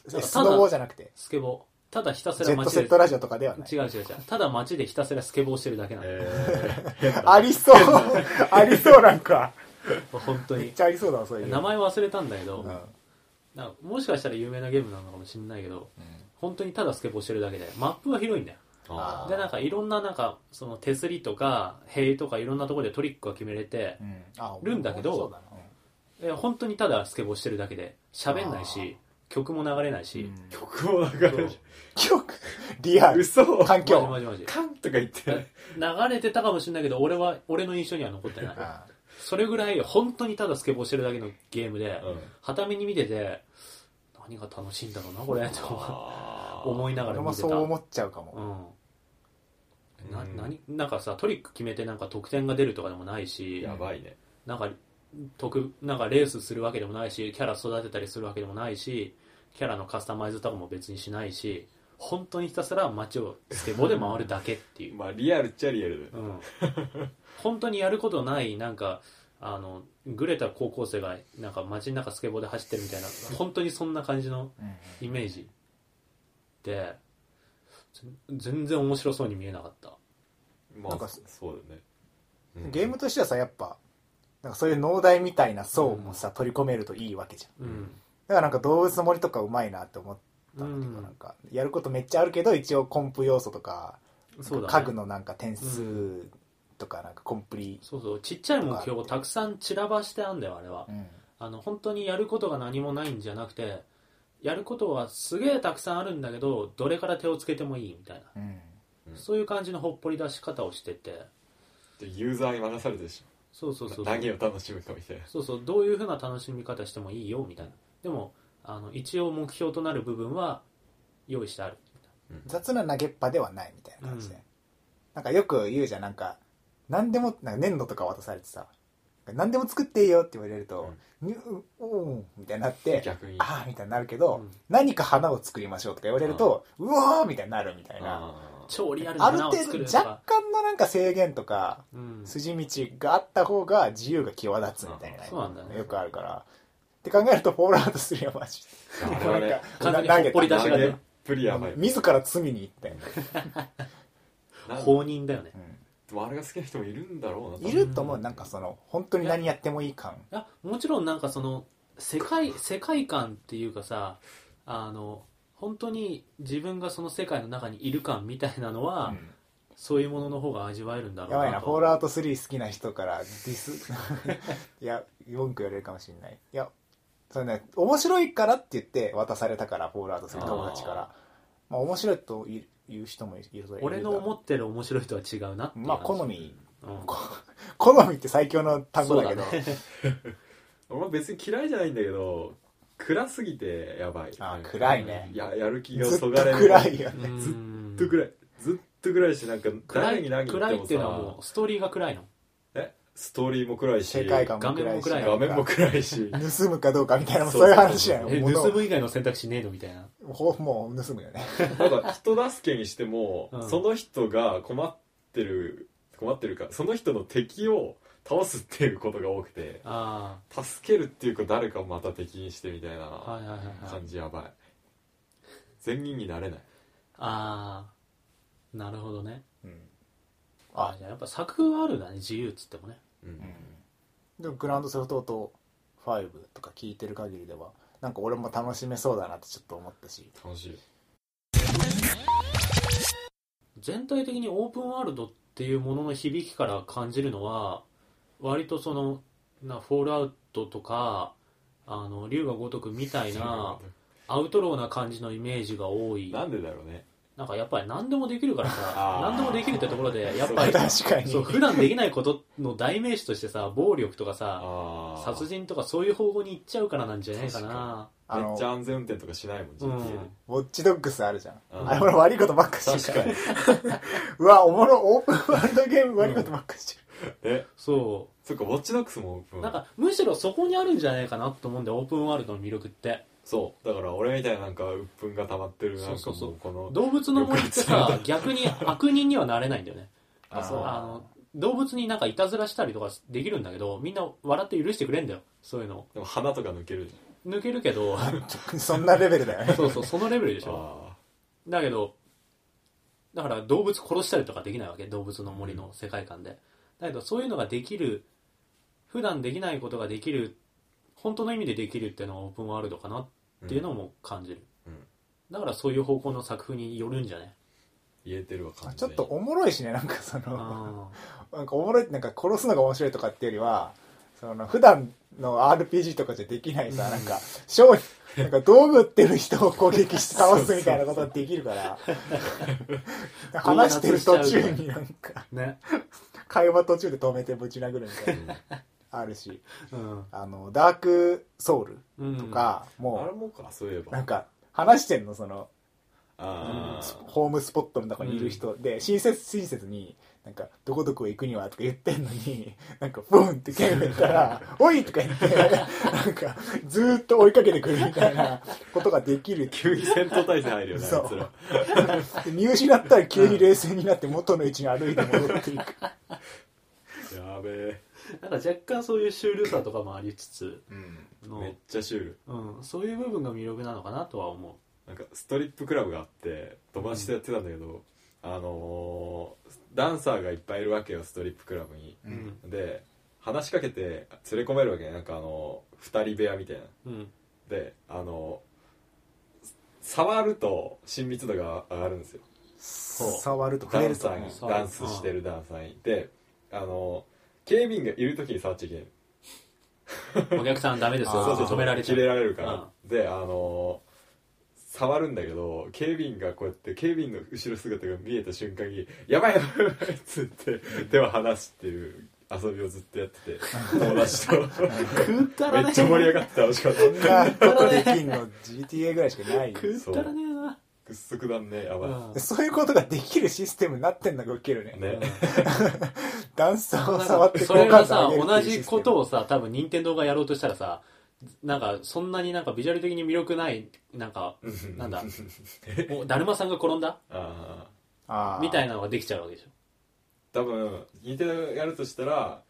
A: え
B: なんか
A: ス
B: た
A: ノボー
B: だ
A: じゃなくて
B: スケボーただひたす
A: ジェ
B: ら
A: ット
B: 街
A: セ
B: で
A: ットラジオとかではない
B: 違う違う違うただ街でひたすらスケボーしてるだけなの、
C: えー、変な
A: ありそうありそうなんか
B: 本当
A: めっ
B: に
A: ちゃありそうだわそういう
B: 名前忘れたんだけど、
A: うん、うん
B: なんかもしかしたら有名なゲームなのかもしれないけど本当にただスケボーしてるだけでマップは広いんだよ
C: あ
B: でなんかいろんななんかその手すりとか塀とかいろんなところでトリックが決めれて
A: うんあ
B: るんだけど
A: そうだな
B: え本当にただスケボーしてるだけで喋んないし曲も流れない
A: うん
B: し、
C: ー曲も流れ る
A: 曲リアル
C: 嘘
A: 環境
B: マジマジマジ
C: カンとか言ってない
B: 流れてたかもしれないけど俺は俺の印象には残って ない
A: あ
B: それぐらい本当にただスケボーしてるだけのゲームで
C: うん
B: 傍目に見てて何が楽しいんだろうなこれと
C: あー
B: 思いなが
A: 俺
B: ら
A: も
B: 見てた
A: そう思っちゃうかも、
B: うんな
C: うん
B: 何なんかさトリック決めてなんか得点が出るとかでもないし
C: やばいね
B: なんか、特、なんかレースするわけでもないし、キャラ育てたりするわけでもないし、キャラのカスタマイズとかも別にしないし、本当にひたすら街をスケボーで回るだけっていう。
C: まあリアルっちゃリアルだよね
B: うん。本当にやることない、なんか、あの、グレた高校生が、なんか街の中スケボーで走ってるみたいな、本当にそんな感じの
A: うん
B: イメージで、ぜ全然面白そうに見えなかった。
C: まあ
A: なんか
C: そうだよねうん
A: ゲームとしてはさやっぱなんかそういう農大みたいな層もさ、取り込めるといいわけじゃん
B: うん。
A: だからなんか動物の森とかうまいなって思ったんだけど、
B: うん
A: なんかやることめっちゃあるけど一応コンプ要素とか
B: そうだね
A: 家具のなんか点数とかなんかコンプリ、
B: そうそう、ちっちゃい目標をたくさん散らばしてあんだよ、あれは。
A: うん
B: あの本当にやることが何もないんじゃなくてやることはすげえたくさんあるんだけどどれから手をつけてもいいみたいな、
A: うん
C: うん
B: そういう感じのほっぽり出し方をしてて
C: でユーザーに任されてるでし
B: そうそうそ
C: ょ
B: う
C: 何を楽しむかみたいな
B: そうそうどういうふうな楽しみ方してもいいよみたいなでもあの一応目標となる部分は用意してある
A: 雑な投げっぱではないみたいな感じで、なんかよく言うじゃんなんか何でもなんか粘土とか渡されてさ何でも作っていいよって言われると、にうん、おーみたいになって
C: 逆に
A: ああみたいになるけど、
B: うん
A: 何か花を作りましょうとか言われると、うわーみたいになるみたいな、
C: あー
B: 超リアルな
A: ある
B: 花を作
A: 程
B: る
A: 度
B: と
A: 若
B: か、
A: 干のなんか制限とか
B: うん、
A: 筋道があった方が自由が際立つみたいな、
C: あ
B: そうなんだね
A: よくあるからって考えるとフォールアウトするよマジ でな
C: あれは
A: ん
C: ね
A: か
B: 完全に
A: な
B: ほっぽり出し
A: 投
B: が
C: 投げ
B: ね
C: っぷりやばい
A: 自ら罪にいって、
C: な
B: 放任だよね
C: でもあれが好きな人もいるんだろうな多分
A: いると思うなんかその本当に何やってもいい感
B: いやもちろんなんかその世界世界観っていうかさあの本当に自分がその世界の中にいる感みたいなのは、
A: うん
B: そういうものの方が味わえるんだろう
A: やばいな、
B: と
A: フォールアウト3好きな人からディス、 いや、文句言われるかもしれない。いや、それね、面白いからって言って渡されたから、フォールアウト3友達から。
C: あ
A: まあ、面白いと言う言う人もいるぞ。
B: 俺の思
A: っ
B: ってる面白いとは違うなっていう
A: まあ、
B: 話
A: 好み。
B: うん
A: こ好みって最強の単語だけど。
B: そう
C: 俺は別に嫌いじゃないんだけど暗すぎてやばい
A: あ
C: なんか
A: 暗いね。
C: ややる気が
A: ずっ
C: そ
A: と
C: がれ
A: 暗
C: ず
A: いよね。
B: うん
C: っと暗いずっと暗いしなんか
B: 暗
C: 誰
B: い
C: に何言
B: 暗いっ
C: ってて
B: いうのは
C: も
B: もうストーリーが暗いの
C: さえストーリーも暗いし
A: 世界観も
B: 画面
A: 暗
B: も
A: いし、
B: 暗い
C: 画面も暗いし
A: 盗むかどうかみたいな、もう
C: そう
A: そういう
C: そう
A: 話だよ。
B: え
A: 物を
B: 盗む以外の選択肢ねえのみたいな
A: ほもう盗むよね。
C: なんか人助けにしても、
B: うん
C: その人が困ってる困ってるかその人の敵を倒すっていうことが多くて
B: あ
C: 助けるっていうか誰かをまた敵にしてみたい
B: あは
C: ない
B: はいはいはい
C: 感じやばい、全員になれない
B: ああなるほどね
A: うん
B: ああじゃあやっぱ作風はあるんだね自由っつってもね
C: うん、
A: でもグランドセフトオート5とか聞いてる限りではなんか俺も楽しめそうだなってちょっと思ったし
C: 楽しい
B: 全体的にオープンワールドっていうものの響きから感じるのは割とそのなフォールアウトとかあの竜が如くみたいなアウトローな感じのイメージが多い
C: なんでだろうね
B: なんかやっぱり何でもできるからさ
C: あー
B: 何でもできるってところ でやっぱ
C: は
B: り
C: い
A: 確かに
B: そう普段できないことの代名詞としてさ暴力とかさ
C: ああ
B: 殺人とかそういう方向に行っちゃうからなんじゃないかな
A: あ
C: め
A: の
C: っちゃ安全運転とかしないもん
B: うん
C: 家で
A: ウォッチドッグスあるじゃん、
C: うん
A: あれ俺悪いことばっかして
C: 確
A: るか
C: からに
A: うわおもろオープンワールドゲーム悪いことばっかしてる、
C: え
B: そ
C: そっかウォッチドックスもオープ
B: う
C: ン
B: なんかむしろそこにあるんじゃないかなと思うんでオープンワールドの魅力って
C: そうだから俺みたいななんか鬱憤が溜まってるなんか
B: そうそうそ
C: も
B: う
C: うこの
B: 動物の森って
C: よく言
B: さ逆に悪人にはなれないんだよね
C: あそう
B: あの動物になんかいたずらしたりとかできるんだけどみんな笑って許してくれんだよそういうの
C: でも鼻とか抜けるじ
B: 抜けるけど
A: そんなレベルだよね
B: そうそうそのレベルでし
C: ゃん
B: ょ
C: あ
B: だけどだから動物殺したりとかできないわけ動物の森の世界観でだけどそういうのができる普段できないことができる本当の意味でできるっていうのがオープンワールドかな
C: あ
B: っていうのも感じる、
C: うん
B: だからそういう方向の作風によるんじゃね
C: 言えてるわ完
A: ちょ
C: 全
A: っ
C: に
A: とおもろいしねなんかその
B: あー
A: なんかおもろいなんか殺すのが面白いとかっていうよりはその普段の RPG とかじゃできないさ、なんか商品なんか道具売ってる人を攻撃して倒すみたいなことできるから 話してる途中になんか
B: ね
A: 会話途中で止めてぶち殴るみたいな
C: う
A: あるし
B: うん
A: あのダークソウル
B: うん
A: とか、
C: んあれ
A: も
C: もかそういえ
A: うなん
C: ば
A: か話してんのその
C: あ
A: ス
C: あ
A: ホームスポットの中にいる人で、親切親切に、なんか、どこどこへ行くにはとか言ってんのに、 なんか、ボンって剣振ったら、 おいとか言って、なんか、ずーっと追いかけてくるみたいなことができる。
C: 急に戦闘態勢入るよね
A: そ
C: あ
A: う
C: いつら
A: で見失ったら急に冷静になって元の位置に歩いて戻っていく。
C: やべえ
B: なんか若干そういうシュールさとかもありつつの、
C: めっちゃシュール
B: うん、そういう部分が魅力なのかなとは思
C: なんかストリップクラブがあって友達とやってたんだけど、あのーダンサーがいっぱいいるわけよストリップクラブに、
B: う、うん
C: で話しかけて連れ込めるわけねなんかあのー、2人部屋みたいな
B: うん、
C: であのー、触ると親密度が上がるんですよ
A: そう触ると触
C: ダ
A: れ
C: ン
A: ると
C: サ
A: ね。
C: ーに
B: 触れる
C: ダンスしてるダンサーにであのー、警備員がいる時に触っちゃいけない
B: お客さんダメです
A: あ
B: よ
A: ー
B: そうそう止められちゃ
C: 切れ
B: う
C: られるから、であのー触るんだけど警備員がこうやって警備員の後ろ姿が見えた瞬間に「やばいやばいやばい」っ つって手を離すっていう遊びをずっとやってて友達と
B: 食った
C: め
B: らね
C: っちゃ盛り上がって楽しかった
A: そんなことできんの GTA ぐらいしかないよ。
B: 食ったらねえな
C: くっそくだんねやばい、
B: うん
A: そういうことができるシステムになってんのがウケるね。
C: ね
A: ダンサーを
B: な
A: 触
B: ん
A: って
B: かそれが
A: 好
B: さ
A: 感度上げるっ
B: 同
A: ていうシ
B: じ
A: ステム
B: ことをさ多分任天堂がやろうとしたらさなんかそんなになんかビジュアル的に魅力ないなんかなん だもうだるまさんが転んだ
C: ああ
A: あー
B: みたいなのができちゃうわけでしょ
C: 多分似てやるとしたら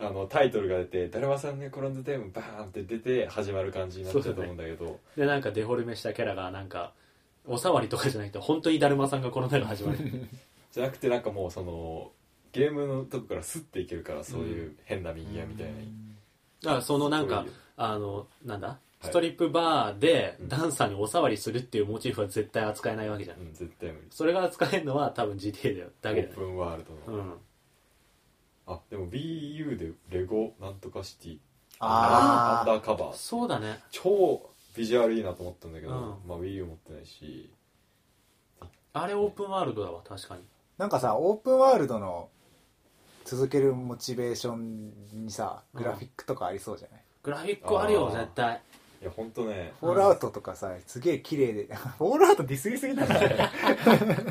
C: あのタイトルが出て「だるまさんが転んでてバーン!」って出て始まる感じになっちゃうと思うんだけど
B: でなんかデフォルメしたキャラがなんかおさわりとかじゃなくて本当にだるまさんが転んだが始まる
C: じゃなくてなんかもうそのゲームのとこからスッていけるからそういう変な右やみたいな、
B: だからそのなんか
C: すごいよ
B: あのなんだ
C: い
B: ストリップバーで
C: うん
B: ダンサーにおさわりするっていうモチーフは絶対扱えないわけじゃん、
C: うん、絶対無理
B: それが扱えるのは多分 GTA だよだ
C: オ
B: けだ
C: ー
B: よ
C: プンワールド
B: う
C: の、
B: ん
C: あでも BU でレゴなんとかシティア
A: あ
C: ンダーカバー
B: そうだね
C: 超ビジュアルいいなと思ったんだけど、
B: うん
C: まあ WiiU 持ってないし
B: あれオープンワールドだわ確かに
A: なんかさオープンワールドの続けるモチベーションにさグラフィックとかありそうじゃない、
B: グラフィックはあるよ
C: あー
B: 絶対
C: いやほんとね
A: フォールアウトとかさすげえ綺麗で フォールアウトディスりすぎだね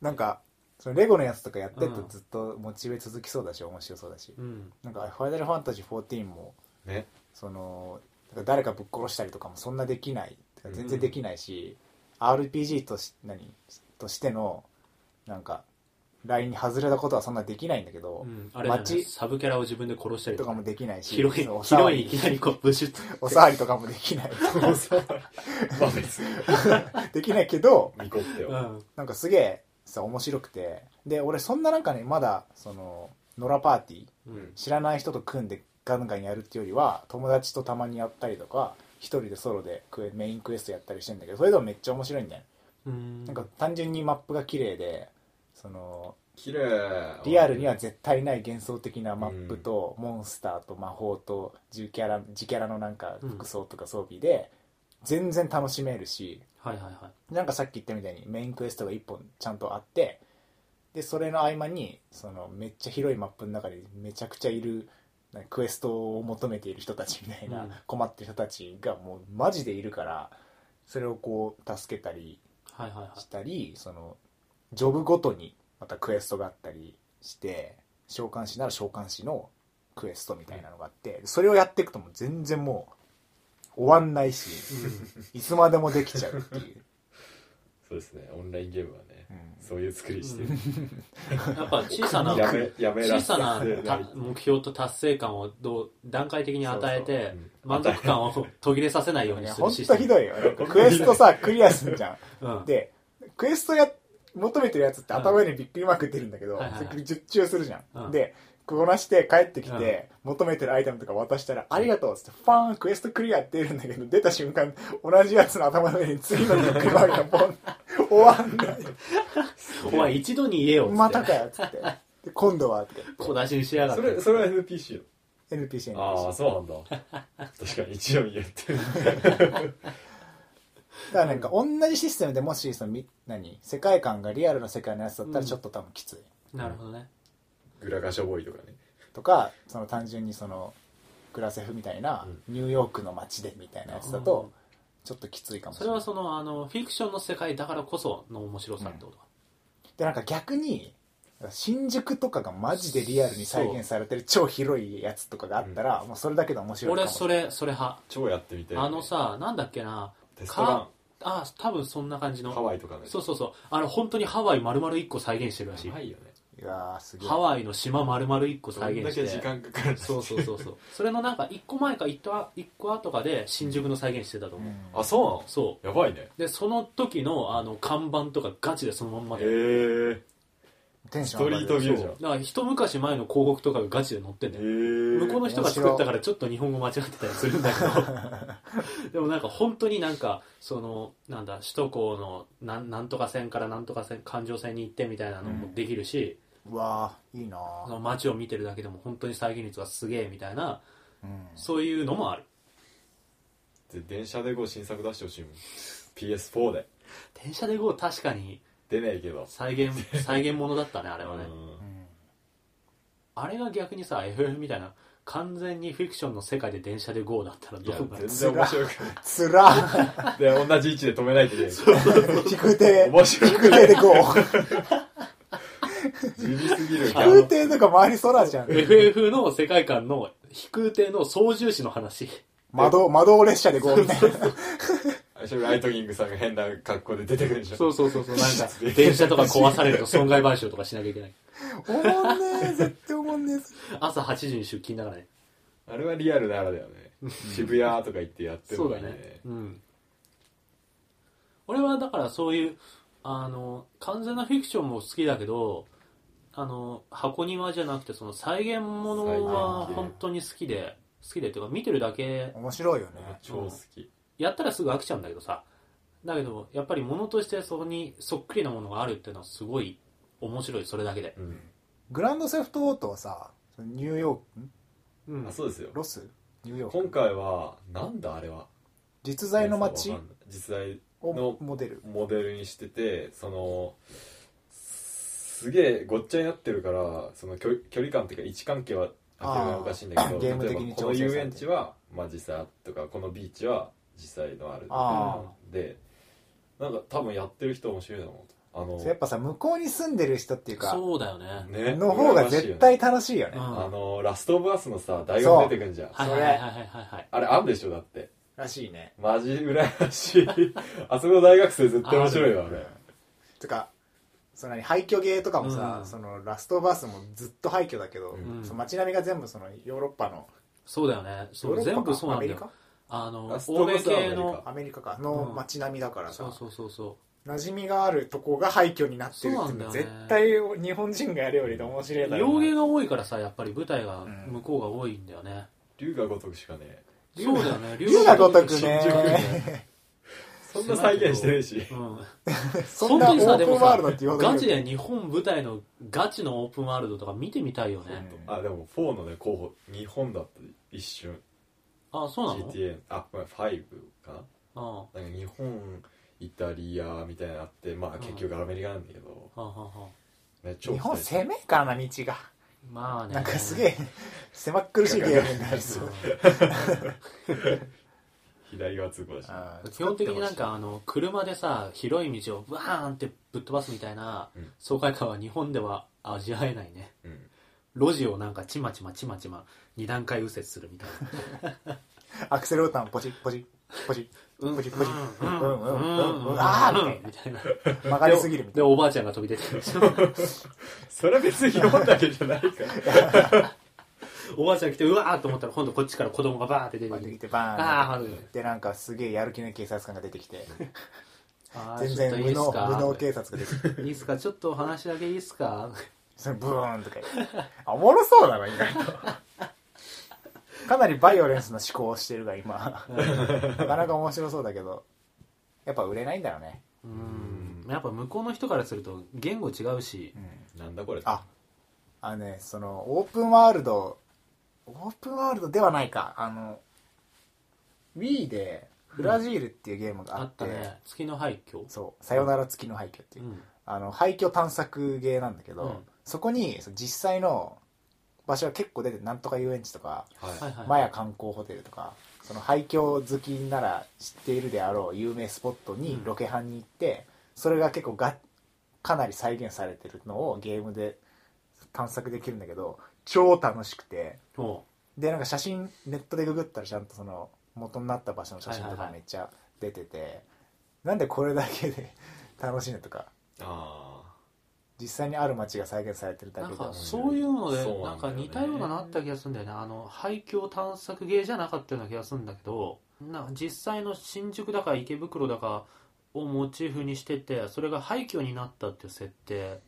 A: なんかそのレゴのやつとかやってると
B: うん
A: ずっとモチベ続きそうだし面白そうだし
B: うん
A: なんか「ファイナルファンタジー14」も
C: ね
A: そのなんか誰かぶっ殺したりとかもそんなできないてか全然できないし、RPG とし何としてのなんかラインに外れたことはそんなできないんだけど、
B: うんあれだね
A: 街
B: サブキャラを自分で殺したり
A: と
B: と
A: か
B: か
A: もできないし
B: 広い
A: そうおさわ
B: 広いい
A: り
B: きなりこうブシュ ッ
A: おさわりとかもできない
C: まあ別に
A: できないけど
C: 見こって
B: う
C: は
B: ん。
A: なんかすげえさ面白くてで俺そんななんかねまだその野良パーティー
B: うん。
A: 知らない人と組んでガンガンやるっていうよりは友達とたまにやったりとか一人でソロでクエメインクエストやったりしてんだけどそれでもめっちゃ面白いんだよ、
B: うん。
A: なんか単純にマップが綺麗でその
C: 綺麗
A: リアルには絶対ない幻想的なマップとモンスターと魔法と自キャラ自キャラのなんか服装とか装備で全然楽しめるし
B: はいはいはい。
A: なんかさっき言ったみたいにメインクエストが1本ちゃんとあってでそれの合間にそのめっちゃ広いマップの中でめちゃくちゃいるなんかクエストを求めている人たちみたいな、
B: うん
A: 困ってる人たちがもうマジでいるからそれをこう助けたり
B: はいはいはい。
A: したりそのジョブごとにまたクエストがあったりして召喚師なら召喚師のクエストみたいなのがあってそれをやっていくともう全然もう終わんないしいつまでもできちゃうっていう。
C: そうですねオンラインゲームはね
A: うん
C: そういう作りしてる
B: うんやっぱ小さな、
C: やめやめら
B: 小
C: せ
B: さなた
C: い
B: 目標と達成感をどう段階的に与えて
C: そうそううん
B: 満足感を途切れさせないように
A: ね、
B: す
A: ほ
B: る
A: ん
B: シス
A: と
B: テ
A: ひ
B: ム
A: どいよ。クエストさ、クリアすんじ ゃ
B: うん
A: ん。で、クエストや、求めてるやつって頭にびっくりマーク出るんだけど、
B: はいはいはい
A: それ十中するじゃん。
B: うん
A: で、こなして帰ってきて、求めてるアイテムとか渡したら、ありがとうっつって、ファーン、クエストクリアって出るんだけど、出た瞬間、同じやつの頭の上に次のびっくりマークがポ ン、終わんない。
B: お前一度に言えよっつって
A: またかよっつって。で、今度は、って
B: 小出しにしやがって
C: それそれは NPC
A: NPC に。
C: ああそうなんだ確かに一応言ってる
A: だからなんか同じシステムでもしそのみ何世界観がリアルな世界のやつだったらちょっと多分きつい、
B: なるほどね
C: グラガショボーイとかね
A: とかその単純にそのグラセフみたいなニューヨークの街でみたいなやつだ
B: う
A: と
B: ん
A: ちょっときついかもし
B: そ
A: れ
B: れ
A: ない、
B: はそのあのフィクションの世界だからこその面白さってことか、
A: でなんか逆に新宿とかがマジでリアルに再現されてる超広いやつとかがあったら、もうそれだけで面白いかも
B: 俺それそれ派
C: 超やってみたいよね
B: あのさなんだっけな
C: テストラ
B: あ多分そんな感じの
C: ンハワイとかね
B: そうそうそうあの本当にハワイ丸々1個再現してるらしい
C: やばいよね
A: いやーすげえ
B: ハワイの島丸々1個
C: ど
B: 再現
C: んだ
B: して
C: け時間かかるんだ
B: そうそうそうそう それのなんか1個前か1個あ一個後かで新宿の再現してたと
A: う
B: 思う、
A: ん
C: あそ
B: そう
C: うなのやばいね
B: でその時のあの看板とかガチでそのまんま
C: へ
B: で、
C: え
A: テンショ
C: ス
A: ン
C: ト
A: 上が
C: リ
A: る
C: ートビューじ
B: そ
C: ゃ
B: うだから一昔前の広告とかがガチで載ってんだよ、
C: んへえ
B: 向こうの人が作ったからちょっと日本語間違ってたりするんだ けどでもなんか本当になんかそのなんだ首都高のなんなんとか線からなんとか線環状線に行ってみたいなのもできるし、
A: うわーいいな
B: そ
A: ー
B: の街を見てるだけでも本当に再現率がすげえみたいな
A: うん
B: そういうのもある
C: で電車でこう新作出してほしいもん PS4 で
B: 電車で GO 確かに
C: 出ないけど
B: 再 現再現ものだったねあれはね、
C: うん
B: あれが逆にさ FF みたいな完全にフィクションの世界で電車で GO だったら
C: い
B: ど
C: や
B: うな
C: 全
B: る
C: 然面白く
A: つらー
C: ないで同じ位置で止めないといけない
A: 引く手
C: 面白い
A: 引く手でこう
C: 地味すぎるギャ
A: 空
C: ン
A: 挺とか回りそうだじゃん
B: FF の世界観の飛空艇の操縦士の話
A: 窓窓列車でこうみたいな
C: あそれライトニングさんが変な格好で出てくるでしょ
B: そうそうそうそう なんか電車とか壊されると損害賠償とかしなきゃいけない
A: おもんねえ絶対おもんね
B: 朝8時に出勤だからね
C: あれはリアルならだよね渋谷とか行ってやってる
B: そ
C: の
B: う
C: が
B: だ
C: いい
B: ね
C: ね
B: うん俺はだからそういうあの完全なフィクションも好きだけどあの箱庭じゃなくてその再現ものは
C: 再現
B: 本当に好きで好きでっていうか見てるだけ
A: え面白いよね
C: 超好き
B: やったらすぐ飽きちゃうんだけどさだけどやっぱり物としてそこにそっくりなものがあるっていうのはすごい面白いそれだけで、
C: うん
A: グランドセフトオートはさニューヨークん
B: うん
C: あそうですよ
A: ロスニューヨー
C: 今
A: ク
C: 回はなんだあれは
A: 実在の街
C: わかんない実在
A: を
C: の
A: モデル
C: モデルにしててそのすげえごっちゃになってるからその距離距離感っていうか位置関係は明らかにおかしいんだけ
A: あー
C: ど
A: ゲーム的
C: 例え
A: に
C: ばこの
A: 調整されてる
C: 遊園地は、まあ、実際あとかこのビーチは実際のある
A: あ
C: でなんか多分やってる人面白いだろうとあの
A: そうやっぱさ向こうに住んでる人っていうか
B: そうだよね
C: ね
A: の方が絶対楽しいよ
B: う
A: ね
B: ん
C: あ
B: はい
C: のラストオブアスのさ大学出てくんじゃん
B: はいはいはいはいはい
C: あれあんでしょだって
A: らしいね
C: マジ羨ま しいあそこの大学生絶対面白いよあれ
A: てかその何廃墟ゲーとかもさ、
B: うん
A: そのラストバースもずっと廃墟だけど、
C: うん
A: その街並みが全部そのヨーロッパの
B: そうだよねそ
A: ヨーロッ
B: う
A: パ
B: 全
A: か
B: 部そうなんだ
A: アメ
B: よあの
C: ラスト
B: 欧
C: オブ
B: 米
C: ザ
B: 系の
A: アメリカかの
B: うん
A: 街並みだからさ、
B: そうそうそうそ
A: 馴染みがあるとこが廃墟になってるっていうのは
B: そう
A: 絶
B: なんだ
A: 対日本人がやるより面白いだ
B: う
A: ろう
B: 洋
A: な
B: 芸が多いからさやっぱり舞台が
A: うん
B: 向こうが多いんだよね、
C: 龍が如くしかね
B: そうだよね龍
A: 龍が如くね
B: 新宿ね
C: そんな再現してないし
B: うん
A: そんなオ
B: 本当にさ
A: ー
B: で
A: プン
B: もさ
A: ワールドって言わない
B: ガチで日本舞台のガチのオープンワールドとか見てみたいよね、
C: あでも4のね候補日本だった一瞬
B: あそうなの
C: GTA あごめん5かな
B: あ
C: なんか日本イタリアみたいなのあってまあ結局アメリカなんだけど、
B: あはあはあはあ
C: ね、超
A: 日本
C: 期待
A: 狭いからな道が
B: まあね
A: なんかすげえ狭っ苦しいゲームになりそう
C: 左側通行だし、
B: うん基本的になんかあの車でさ広い道をバーンってぶっ飛ばすみたいな
C: うん
B: 爽快感は日本では味わえないね
C: うん、
B: 路地をなんかちまちまちまちま二段階右折するみたいな
A: アクセルボタンポチッポチッポチ
B: うん
A: ポチポチ
B: うんうんうん
A: うん
B: うん
A: あー
B: みたいな
A: ッ曲がりすぎるみた
B: で
A: い
B: おばあちゃんが飛び出てく る
C: それは別に日本だけじゃないから
B: おばあちゃん来てうわーと思ったら今度こっちから子供がバーンって出
A: な
B: て
A: バーンって
B: き
A: き
B: て
A: てバ
B: あ
A: ーン
B: ー
A: でなんかすげえやる気の警察官が出てきて
B: あー
A: 全
B: ちょっ
A: 然
B: といい
A: 無
B: っす
A: 能
B: か
A: 無能警察が出てきて
B: いいっすかちょっとお話だけいいっすか
A: それブーンとか言ってあおもろそうだな意外とかなりバイオレンスの思考をしてるが今なかなか面白そうだけどやっぱ売れないんだよね
B: うんやっぱ向こうの人からすると言語違うし
C: なんだこれ
A: ああのねそのオープンワールドオープンワールドではないかあの Wii でフラジールっていうゲームがあ
B: あ
A: っ、
B: ってたね月の廃墟
A: そう「さよなら月の廃墟」っていう、
B: うん
A: あの廃墟探索ゲーなんだけど、
B: うん
A: そこにその実際の場所が結構出てなんとか遊園地とか、
C: はい、
B: はいはい
A: マヤ観光ホテルとかその廃墟好きなら知っているであろう有名スポットに
B: うん
A: ロケハンに行って、それが結構がかなり再現されてるのをゲームで探索できるんだけど超楽しくて
B: そ
A: でなんか写真ネットでググったらちゃんとその元になった場所の写真と
B: はいはい
A: か
B: はい
A: めっちゃ出てて、なんでこれだけで 楽しいのとか
C: あ
A: 実際にある街が再現されてる
B: う
A: だ
B: な
A: け
B: ん
A: で
B: か
A: も
B: そういうので
C: そうなんだよね
B: なんか似たようなのあった気がするんだよねあの廃墟探索芸じゃなかったような気がするんだけどなんか実際の新宿だか池袋だかをモチーフにしててそれが廃墟になったっていう設定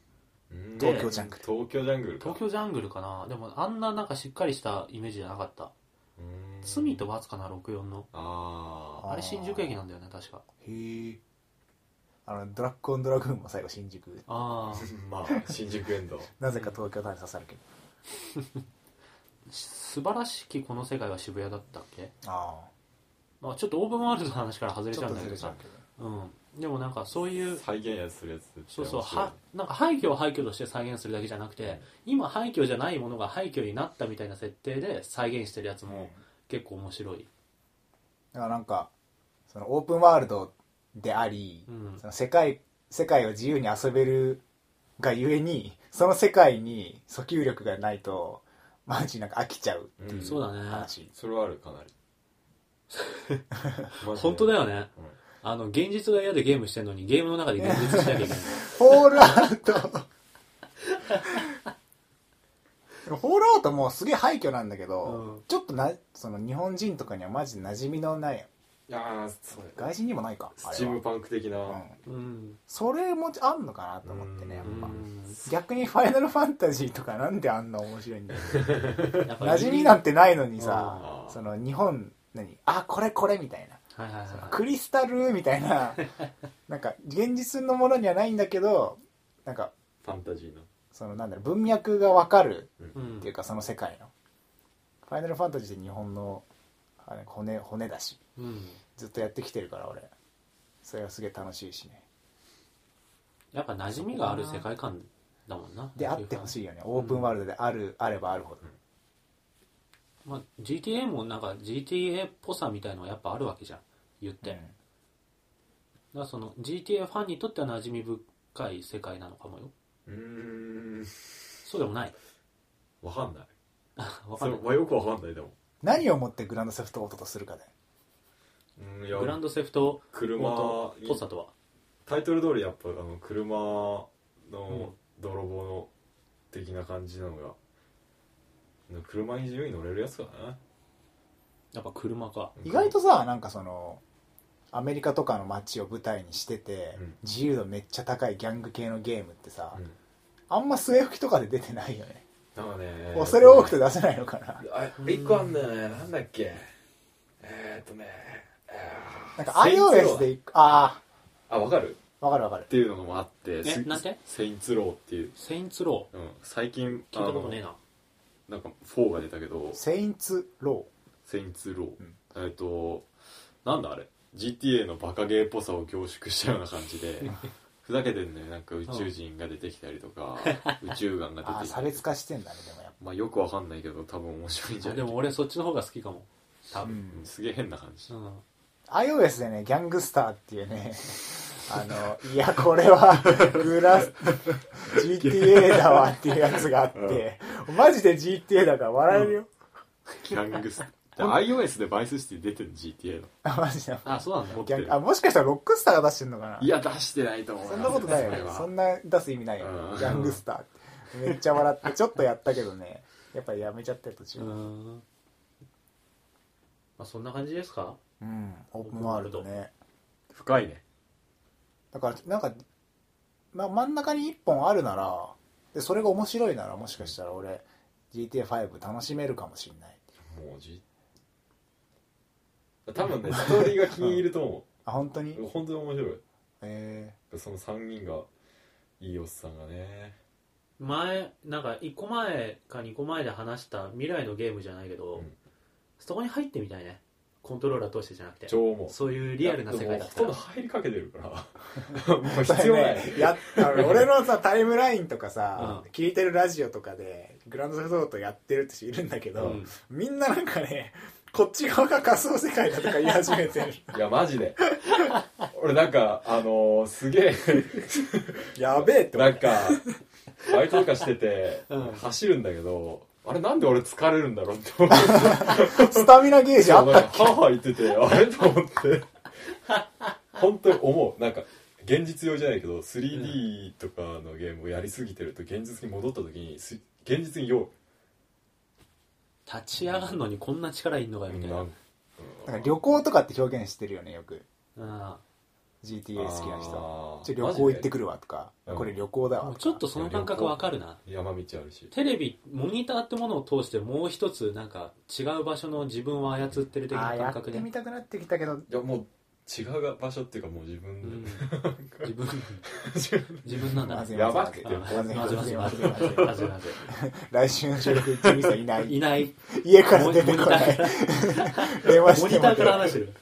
C: ーうん
A: 東京ジャングル
C: 東京ジャングルか
B: 東京ジャングルかなでもあんななんかしっかりしたイメージじゃなかった
C: う
B: 「
C: ん
B: 罪と罰」かな64の
C: あ
A: あ
B: あれ新宿駅なんだよね確か
A: へえあのドラッグオンドラグーンも最後新宿
B: ああ
C: あ まあ新宿エンド
A: なぜか東京タワーに刺さるけど
B: 素晴らしきこの世界は渋谷だったっけ、
A: あ
B: まあ、ちょっとオープンワールドの話から外
A: あ
B: れ
A: ち
B: ち
A: ょ
B: ゃ
A: っ
B: うん
A: と
B: だ
A: ず
B: け
A: れ
B: ど
A: ちゃう
B: さ
A: けど
B: うんでもなんかそういう
C: 再現やするやつって
B: そうそう
C: 面白い
B: はなんか廃墟を廃墟として再現するだけじゃなくて、
C: うん
B: 今廃墟じゃないものが廃墟になったみたいな設定で再現してるやつも結構面白い、
A: だからなんかそのオープンワールドであり、
B: うん
A: その世界世界を自由に遊べるがゆえにその世界に訴求力がないとマジなんか飽きちゃうってい
C: ん
B: そうだ
A: う
B: ね
A: 話、
C: それはあるかなり マジで
B: 本当だよね
C: うん
B: あの現実が嫌でゲームしてるのにゲームの中で現実しなきゃいけない
A: フォールアウトでもフォールアウトもすげえ廃墟なんだけど、
B: うん
A: ちょっとなその日本人とかにはマジ馴染みのない
C: いやーそうだよ
A: 外人にもないかあれは
C: スチームパンク的 な、
A: うん、
B: うん
A: それもあんのかなと思ってねやっ
B: う
A: ぱ
B: ん
A: 逆に「ファイナルファンタジー」とかなんであんな面白いんだよ
B: やっぱ
A: 馴染みなんてないのに
C: あ
A: さ
C: ー
A: その日本何あこれこれみたいな
B: はいはいはい
A: クリスタルみたいな なんか現実のものにはないんだけどなんか
C: ファンタジーの
A: そのなんだろう文脈がわかる
B: うん
A: っていうかその世界の「ファイナルファンタジー」って日本のあれ骨骨だし
B: うん
A: ずっとやってきてるから俺それはすげえ楽しいしね
B: やっぱ馴染みがある世界観だもんな
A: であってほしいよねオープンワールドである、あればあるほど
B: まあ、GTA もなんか GTA っぽさみたいのはやっぱあるわけじゃん言って、
A: うん
B: だからその GTA ファンにとっては馴染み深い世界なのかもよ
C: うーん
B: そうでもない
C: わかんない
B: わか
C: そ
B: ん
C: れ
B: ない
C: はよくわかんないでも
A: 何をもってグランドセフトオートとするかだよ
C: うんい
B: グラン
C: や
B: ドセフト
C: 車
B: オートっぽ
C: に
B: さとは
C: タイトル通りやっぱあの車
B: う
C: の泥棒の的な感じなのが、車に自由に乗れるやつかな
B: やっぱ車か
A: 意外とさなんかそのアメリカとかの街を舞台にしてて、
C: うん
A: 自由度めっちゃ高いギャング系のゲームってさ、
C: うん
A: あんま据え置きとかで出てないよね、
C: なんかね
A: 恐れ多くて出せないのかな
C: あ一個あんだよねなんだっけえー、っとねあ
A: なんか
C: セインツロー
A: iOS であ
C: あわかる
A: あわかるわかる
C: っていうのもあって
B: えなんて
C: セインツローっていう、
B: セインツロ
C: うん、最近
B: ー聞いたことねえな
C: あのなんか4が出たけど
A: セインツロ
C: セインツロー
A: うん、
C: えっとなんだあれ GTA のバカゲーっぽさを凝縮したような感じ でふざけてんのよなんか宇宙人が出てきたりとか宇宙眼 が
A: ーああ
C: 出てきた
A: 差
C: り
A: 別化してんだねでもやっ
C: まあよくわかんないけど多分面白いんじゃ
B: あ
C: ない
B: でも俺そっちの方が好きかも
A: ぱ、
B: 多
A: う
B: 分、
A: ん
C: うん、すげえ変な感じ
B: うん
A: iOS でねギャングスターっていうね あのいやこれはグラス GTA だわっていうやつがあって、マジで GTA だから笑えるよ、
C: ギャ ングスで iOS でバイスシティ出てる GTA の
A: あ マジで
B: あそうなんだ
C: 持って
A: ギャ
C: る
A: ンあもしかしたらロックスターが出してんのかない
C: や出してないと思う
A: そんなことないよね
C: それは
A: そんな出す意味ないよね
C: うん
A: ギャングスターってめっちゃ笑ってちょっとやったけどねやっぱりやめちゃったよ途中
B: うーんまあそんな感じですか
A: うんオープンワールドね
C: 深いね
A: だからなんか、ま、真ん中に1本あるならでそれが面白いならもしかしたら俺 GTA5 楽しめるかもしんない
C: もうじ多分ねストーリーが気に入ると思
A: あ本当に
C: う本当に面白い
A: え
C: その3人がいいおっさんがね
B: 前なんか1個前か2個前で話した未来のゲームじゃないけど、
C: うん
B: そこに入ってみたいねコントローラー通してじゃなくて
C: 情も
B: そういうリアルな世界だっ
C: ほ
B: た
C: とん
B: ら
C: ど入りかけてるから もう
A: ー、
C: 必要ない、
A: それね やっ 俺のさタイムラインとかさ、
B: うん
A: 聞いてるラジオとかでグランドセフトオートやってるって人いるんだけど、
B: うん
A: みんななんかねこっち側が仮想世界だとか言い始めて る
C: いやマジで俺なんかあのー、すげ
A: やべえっ
C: え
A: て思
C: な
A: っ
C: んかバイトとかしてて、
B: うん
C: 走るんだけどあれなんで俺疲れるんだろうって思って
A: たスタミナゲージあったっけ
C: ハーハー言っててあれと思って本当に思うなんか現実用じゃないけど 3D とかのゲームをやりすぎてると現実に戻った時にす現実によ
B: 立ち上がるのにこんな力いんのか
C: う
B: よみたい
C: な
B: な、
C: ん
A: なんか旅行とかって表現してるよねよく
B: う
A: GTA
B: ん、
A: 好きな人は
C: あー
A: ちょ旅行行ってく
C: マ
A: るわとか、
C: うん
A: これ旅行だわ
B: もう
A: とか
B: ちょっとその感覚わかるな
C: ジで山道あるし
B: テレビモニターってものを通してもう一つなんか違う場所の自分を操ってる的
A: あ
B: な
A: ーや
B: 感
A: っ
B: 覚
A: て
B: で、う
A: み
B: ん、
A: たくなってきたけど
C: いやもう違う場所っていうかもう自 分で、
B: 自分自分なんだ
A: ま
B: な
A: ずい
C: やば
A: ま
C: く
A: ずい
C: て
B: あ
A: まずい
B: まずいま
A: まず
B: ず
A: い
B: い
A: ま
B: ま
A: ず
B: ず
A: い
B: い
A: ま
B: ま
A: ずい
B: ずいまずいまず
A: 来週の収録ジミーさんいないい
B: いない
A: 家から
B: モニ
A: 出
B: モ
A: て
B: ニ
A: こ
B: タ
A: な
B: ー
A: い
B: から
A: 電話
B: モ
A: して
B: ニターから
A: も
B: 話してる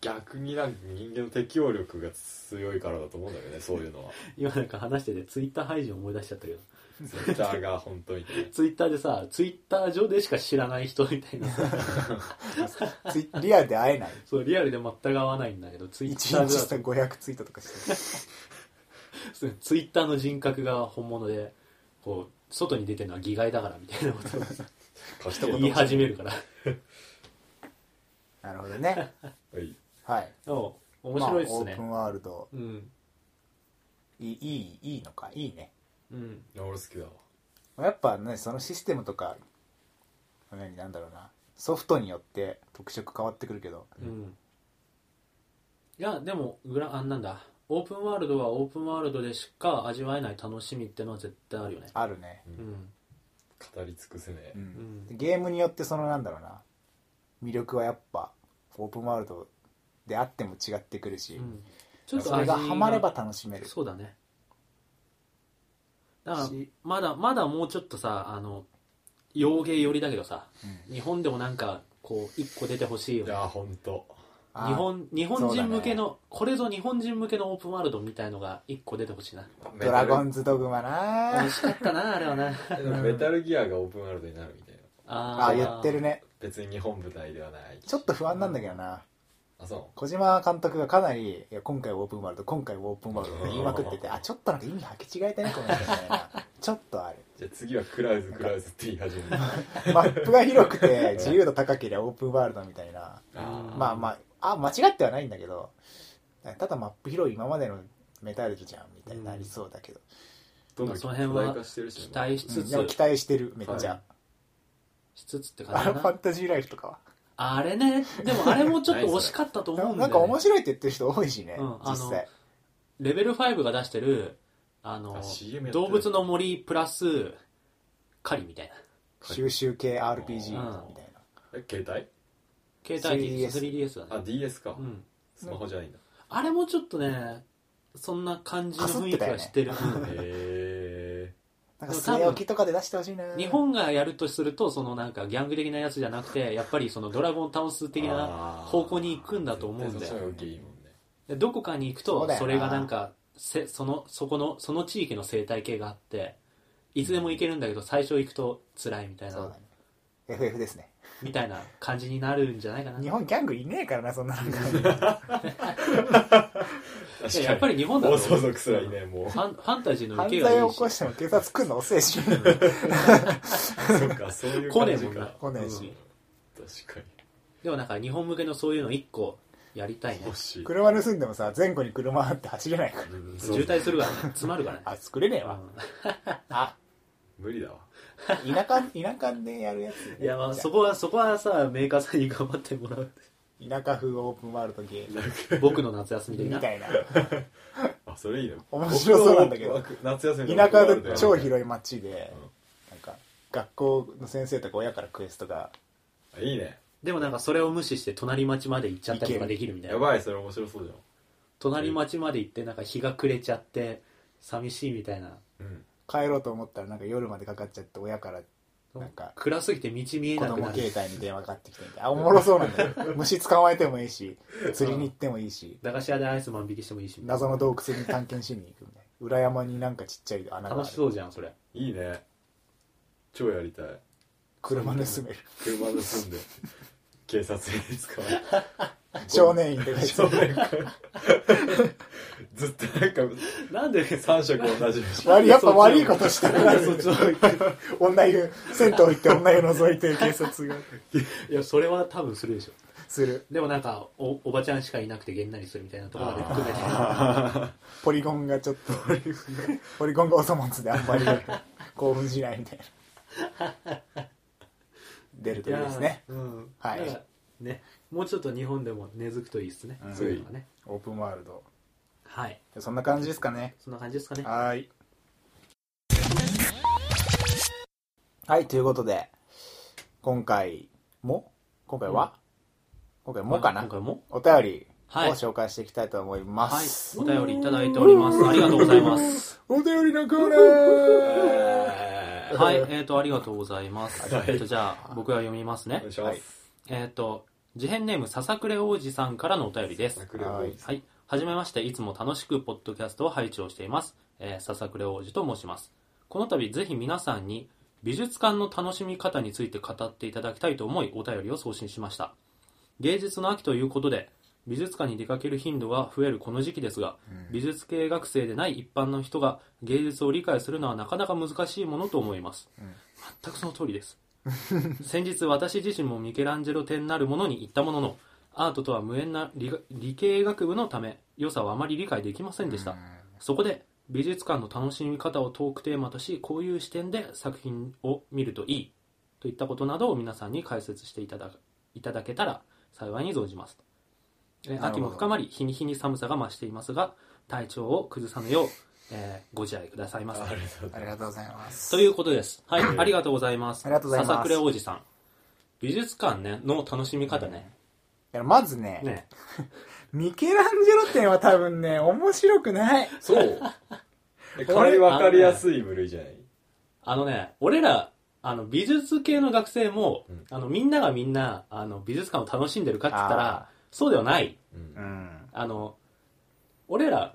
C: 逆になんか人間の適応力が強いからだと思うんだけどねそういうのは
B: 今なんか話しててツイッター配信思い出しちゃったけど
C: ツイッターが本当にね
B: ツイッターでさツイッター上でしか知らない人みたいなさ
A: ツイリアルで会えない
B: そうリアルで全く合わないんだけどツイ
A: 1
B: ッ
A: 日
B: ター
A: した500ツイートとかしてる
B: そうツイッターの人格が本物でこう外に出てるのは擬外だからみたいなことを
C: 貸した
B: 言い始める から
A: なるほど ね
C: はい
A: はい
B: でも面白いっす
A: まあオー
B: ね
A: プ、ンワールド
B: うん
A: いいいいいいのかいいね
B: うん
C: いや俺好きだわ
A: やっぱねそのシステムとか何なんだろうなソフトによって特色変わってくるけど
B: うんいやでもグラあなんだオープンワールドはオープンワールドでしか味わえない楽しみってのは絶対あるよね
A: あるね、
B: うん
C: 語り尽くせねえ
A: うん
B: う
A: ゲームによってそのなんだろうな魅力はやっぱオープンワールドであっても違ってくるし、
B: うんちょっと
A: それ
B: 味
A: がハマれば楽しめる
B: そうだねだから
A: し
B: まだまだもうちょっとさあの洋芸寄りだけどさ、日本でもなんかこう一個出てほしいよ
C: い
B: ね
C: や本当
A: あー
B: 日本日本人向け
A: そ
B: の、これぞ日本人向けのオープンワールドみたいのが一個出てほしいな
A: ドラゴン
C: ズ
A: ズドグマな
B: 美
A: あ
B: 味しかったなあれはな
C: メタルギアがオープンワールドになるみたいな
B: あ
A: あ
B: ー
A: 言ってるね
C: 別に日本舞台ではない
A: ちょっと不安なんだけどな、
C: あそ
A: 小島監督がかなりいや今回はオープンワールド今回はオープンワールドって言いまくってて
C: うん
A: あちょっとなんか意味履き違えたねこの人みたいなちょっとある
C: うじゃあ次はクラウズクラウズって言い始 めるあ
A: マップが広くて自由度高ければオープンワールドみたいな
C: ー
A: まあまああ間違ってはないんだけどただマップ広い今までのメタルじゃんみたいになりそうだけど、
C: どんどん
B: その辺は
C: 巨大化してるしね
B: 期待しつ
A: うんでも
B: つ
A: 期待してるめっちゃ、
C: は
B: しつつって感
A: あ
B: じ
A: れ
B: か
A: フ
B: な
A: ァンタジーライフとかは
B: あれねでもあれもち ょっと惜しかったと思うんで、
A: なんか面白いって言ってる人多いしね、
B: うんあの
A: 実際
B: レベル5が出してるあの
C: あ CM やってる
B: 動物の森プラス狩りみたいな
A: 収集系 RPG みたいな、
B: うん
C: え携帯
B: 携帯機
A: 3DS
B: 3DS だ
C: あ
B: ね
C: DS か、
B: うん
C: スマホじゃないんだ
B: あれもちょっとねそんな感じの雰囲気はしてる
C: へえ
A: なんか据え置きとかで出してほしいな
B: うん日本がやるとするとそのなんかギャング的なやつじゃなくてやっぱりそのドラゴン倒す的な方向に行くんだと思うんだよ
C: そっちの方が大きいもんね
B: でどこかに行く
A: そう
B: と
A: だよな
B: それがなんかせそのそこのその地域の生態系があっていつでも行けるんだけど最初行くと辛いみたい
A: そう
B: な
A: だね FF ですね
B: みたいな感じになるんじゃないかな
A: 日本ギャングいねえからなそんな の
C: 確
B: い
C: か
B: や
C: に
B: やっぱり日本だ
C: 暴
B: と
C: 走族すらいね もう
B: ファンファンタジーの
A: 犯
B: 受け
A: 罪
B: がい
A: を
B: い
A: 起
B: し
A: こしても警察来んの遅えし
C: そっかそういう
B: 来ね
C: 感
B: え
C: じ
B: もんな
C: か
A: 来ねえ
B: う
A: し
B: ん
C: 確かに
B: でもなんか日本向けのそういうの一個やりたいね
C: 欲しい
A: 車盗んでもさ前後に車あって走れないから
C: うんそう
B: 渋滞す るからね詰まるからね
A: あ作れねえわ
B: う
A: あ
C: 無理だわ
A: 田舎田舎でやるやつね、
B: んいやまあ
A: じゃ
B: そこはそこはさメーカーさんに頑張ってもらう
A: 田舎風オープンワールドゲーム
B: 僕の夏休み的
A: み
B: な
A: たいな
C: あそれいいね
A: 面白そうなんだけど
C: 僕の夏休み
A: 田舎で超
C: い
A: 広い町でなんか学校の先生とか親からクエストが
C: いいね
B: でもなんかそれを無視して隣町まで行っちゃったりとかできるみたい
C: や
B: な
C: ばいそれ面白そうじ
B: 隣町まで行ってなんか日が暮れちゃって寂しいみたいな
C: ゃんうん
A: 帰ろうと思ったらなんか夜までかかっちゃって親からなんか
B: 暗すぎて道見え
A: 子
B: なく
A: 供
B: な
A: 携
B: る
A: 帯に電話かかってきてみたいなあおもろそうなんだよ虫捕まえてもいいし釣りに行ってもいいし
B: 駄菓子屋でアイス万引きしてもいいし
A: 謎の洞窟に探検しに行くみたいな裏山になんかちっちゃい穴があ
B: 楽
A: る
B: しそうじゃんそれ
C: いいね超やりたい
A: 車盗める
C: 車 盗んで警察に捕まえて
A: 少年院とか
C: 少年かずっとなんか
B: なんでさ
C: 3色同じ
A: 悪いやっぱ悪いことしてる
B: なんでそっちの方行 く
A: 女湯銭湯行って女湯覗いて警察が
B: いやそれは多分するでしょ
A: する
B: でもなんかおおばちゃんしかいなくてげんなりするみたいなところまで含めて
A: ポリゴンがちょっとポリゴンがお粗末であんまり興奮しないみたいな出るといいですね
B: やーうん
A: はい
B: だからねもうちょっと日本でも根付くといいですね、
A: うん
B: そういうのがね
A: オープンワールド
B: はい
A: そんな感じですかね
B: そんな感じですかね
A: はーいはいということで今回も今回は、今回もかな
B: 今回も
A: お便りを
B: はい
A: 紹介していきたいと思いま
B: はい
A: す、
B: お便りいただいておりますありがとうございます
A: お便りのコーナー
B: はいえっ、とありがとうございます、えーとじゃあ僕が読みます
C: お
B: ね
C: 願いしま
A: はい
C: す
B: えっ、と自編ネームささくれ王子さんからのお便りです
C: 桜ボーイズ
B: はい。はじめまして、いつも楽しくポッドキャストを拝聴しています。えー、笹倉王子と申します。この度、ぜひ皆さんに美術館の楽しみ方について語っていただきたいと思い、お便りを送信しました。芸術の秋ということで、美術館に出かける頻度が増えるこの時期ですが、美術系学生でない一般の人が芸術を理解するのはなかなか難しいものと思います。全くその通りです。先日私自身もミケランジェロ展なるものに行ったもののアートとは無縁な理が理系学部のため良さをあまり理解できませんでしたそこで美術館の楽しみ方をトークテーマとしこういう視点で作品を見るといいといったことなどを皆さんに解説していただいただけたら幸いに存じますえ
A: ほど
B: 秋も深まり日に日に寒さが増していますが体調を崩さぬよう、えーご自愛くださいませ
C: ありがとう
A: ありがとうございます
B: ということです。はい、ありがとうございます。
A: ありがとうございます
B: 笹倉王子さん。美術館ね、の楽しみ方ね。
A: いやまずね
B: ね。
A: ミケランジェロ展は多分ね面白くない
C: そうえこれ分かりやすい部類じゃない
B: あのね、俺ら、あの、美術系の学生も、
C: うん
B: あの、みんながみんな、あの、美術館を楽しんでるかって言った
A: あー
B: ら、そうではない。
C: うん
A: ん、
B: あの、俺ら、